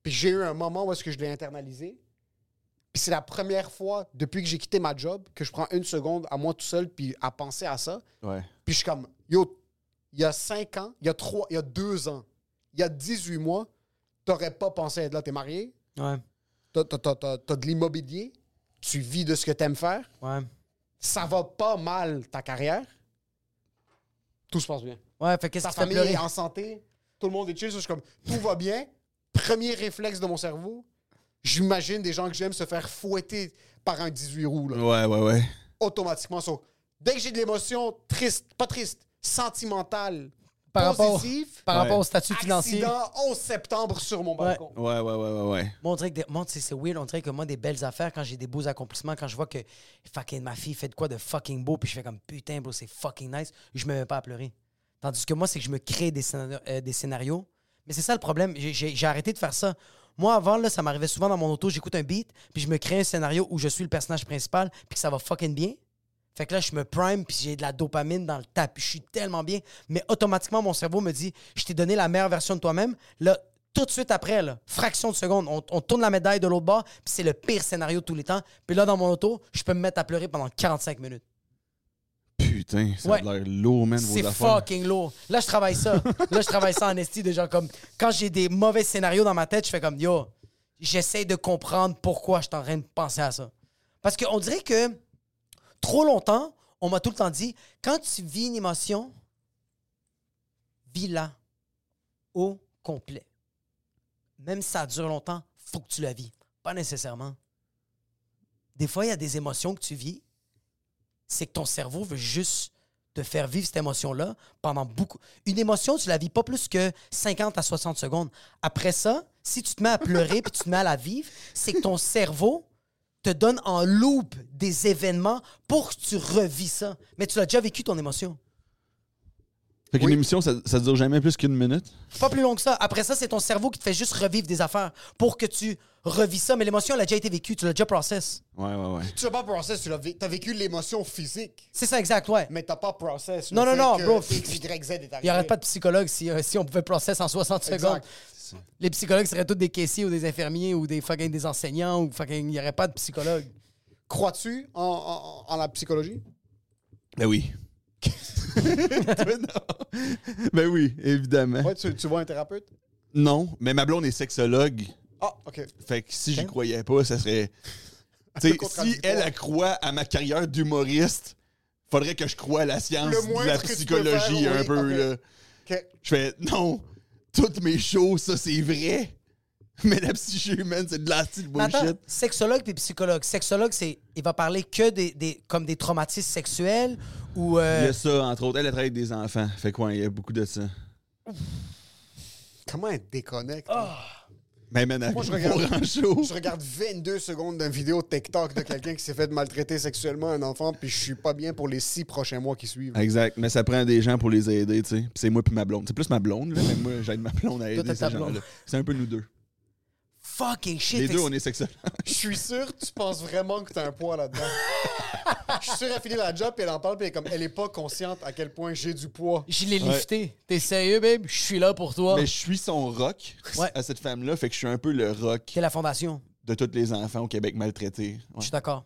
Puis j'ai eu un moment où est-ce que je l'ai internalisé. Puis c'est la première fois depuis que j'ai quitté ma job que je prends une seconde à moi tout seul puis à penser à ça. Ouais. Puis je suis comme, yo, il y a 5 ans, il y a 3, il y a 2 ans, il y a 18 mois, t'aurais pas pensé être là. T'es marié, Ouais, t'as, t'as- t'as- t'as- t'as de l'immobilier, tu vis de ce que t'aimes faire, ouais. ça va pas mal ta carrière, tout se passe bien. Ouais, fait qu'est-ce Ta qui te fait famille pleurer? est en santé, tout le monde est chill, je suis comme, tout va bien. Premier réflexe de mon cerveau, j'imagine des gens que j'aime se faire fouetter par un 18 roues. là Ouais, ouais, ouais. automatiquement. So, dès que j'ai de l'émotion triste, pas triste, sentimentale, Par rapport, positive, par Ouais. rapport au statut financier. accident 11 septembre sur mon balcon. Ouais, ouais, ouais, ouais, ouais. Moi, on dirait que des- moi, tu sais, c'est weird. On dirait que moi, des belles affaires, quand j'ai des beaux accomplissements, quand je vois que fucking ma fille fait de quoi de fucking beau, puis je fais comme putain, bro, c'est fucking nice, je me mets pas à pleurer. Tandis que moi, c'est que je me crée des scénarios. euh, des scénarios. Mais c'est ça le problème. J'ai- J'ai j'ai arrêté de faire ça. Moi, avant, là, ça m'arrivait souvent dans mon auto, j'écoute un beat, puis je me crée un scénario où je suis le personnage principal, puis que ça va fucking bien. Fait que là, je me prime, puis j'ai de la dopamine dans le tas, puis je suis tellement bien. Mais automatiquement, mon cerveau me dit Je t'ai donné la meilleure version de toi-même. Là, tout de suite après, là, fraction de seconde, on, on tourne la médaille de l'autre bord, puis c'est le pire scénario de tous les temps. Puis là, dans mon auto, je peux me mettre à pleurer pendant 45 minutes. Putain, ça Ouais. a l'air lourd, man, vos C'est affaires. fucking lourd. Là, je travaille ça. là, je travaille ça en esti de genre comme quand j'ai des mauvais scénarios dans ma tête, je fais comme yo, j'essaie de comprendre pourquoi je suis en train de penser à ça. Parce qu'on dirait que trop longtemps, on m'a tout le temps dit quand tu vis une émotion, vis-la au complet. Même si ça dure longtemps, faut que tu la vis. Pas nécessairement. Des fois, il y a des émotions que tu vis, c'est que ton cerveau veut juste te faire vivre cette émotion-là pendant beaucoup. Une émotion, tu la vis pas plus que 50 à 60 secondes. Après ça, si tu te mets à pleurer puis tu te mets à la vivre, c'est que ton cerveau te donne en loop des événements pour que tu revis ça. Mais tu l'as déjà vécu, ton émotion. Fait qu'une émission, ça, ça dure jamais plus qu'une minute. Pas plus long que ça. Après ça, c'est ton cerveau qui te fait juste revivre des affaires pour que tu revis ça. Mais l'émotion, elle a déjà été vécue. Tu l'as déjà process. Ouais, ouais, ouais. Tu n'as pas process, tu as, vécu l'émotion physique, C'est ça, exact, ouais. mais tu pas process. Non, le non, fait non, que bro. X, Y, Z est Il n'y arrivé. aurait pas de psychologue si, euh, si on pouvait process en 60 secondes. Exact. Les psychologues seraient tous des caissiers ou des infirmiers ou des fucking des enseignants ou fucking. Il n'y aurait pas de psychologue. Crois-tu en, en- en la psychologie? Ben oui. Toi, non. Ben oui, évidemment. Ouais, tu, tu vois un thérapeute? Non, mais ma blonde est sexologue. Ah, OK. Fait que si j'y croyais pas, ça serait. Tu sais, si Hein? contradictoire. elle accroît à ma carrière d'humoriste, faudrait que je croie à la science, Le de moindre la que tu peux faire, psychologie un oui, peu. ok. Là. OK. Je fais non, toutes mes shows, ça c'est vrai. Mais la psyché humaine, c'est de la style Mais attends, bullshit. sexologue puis psychologue. Sexologue, c'est. Il va parler que des, des- comme des traumatismes sexuels ou. Il y euh, a ça, entre autres. Elle, elle travaille avec des enfants. Fait quoi, il y a beaucoup de ça. Comment elle déconnecte? Mais man, elle Moi, je vit regarde- pour un show. Je regarde 22 secondes d'une vidéo TikTok de quelqu'un qui s'est fait maltraiter sexuellement un enfant, puis je suis pas bien pour les six prochains mois qui suivent. Exact, mais ça prend des gens pour les aider, tu sais. Puis c'est moi puis ma blonde. C'est plus ma blonde, là, mais moi, j'aide ma blonde à t'as aider ta ces gens-là. blonde. C'est un peu nous deux. Fucking shit. Les Fait deux, que on est sexuels. Je suis sûr que tu penses vraiment que t'as un poids là-dedans. Je suis sûr qu'elle finit la job, puis elle en parle, puis elle est comme, elle est pas consciente à quel point j'ai du poids. Je l'ai Ouais. lifté. T'es sérieux, babe? Je suis là pour toi. Mais je suis son rock Ah. Ouais. à cette femme-là, fait que je suis un peu le rock Quelle est la fondation? de tous les enfants au Québec maltraités. Ouais. Je suis d'accord.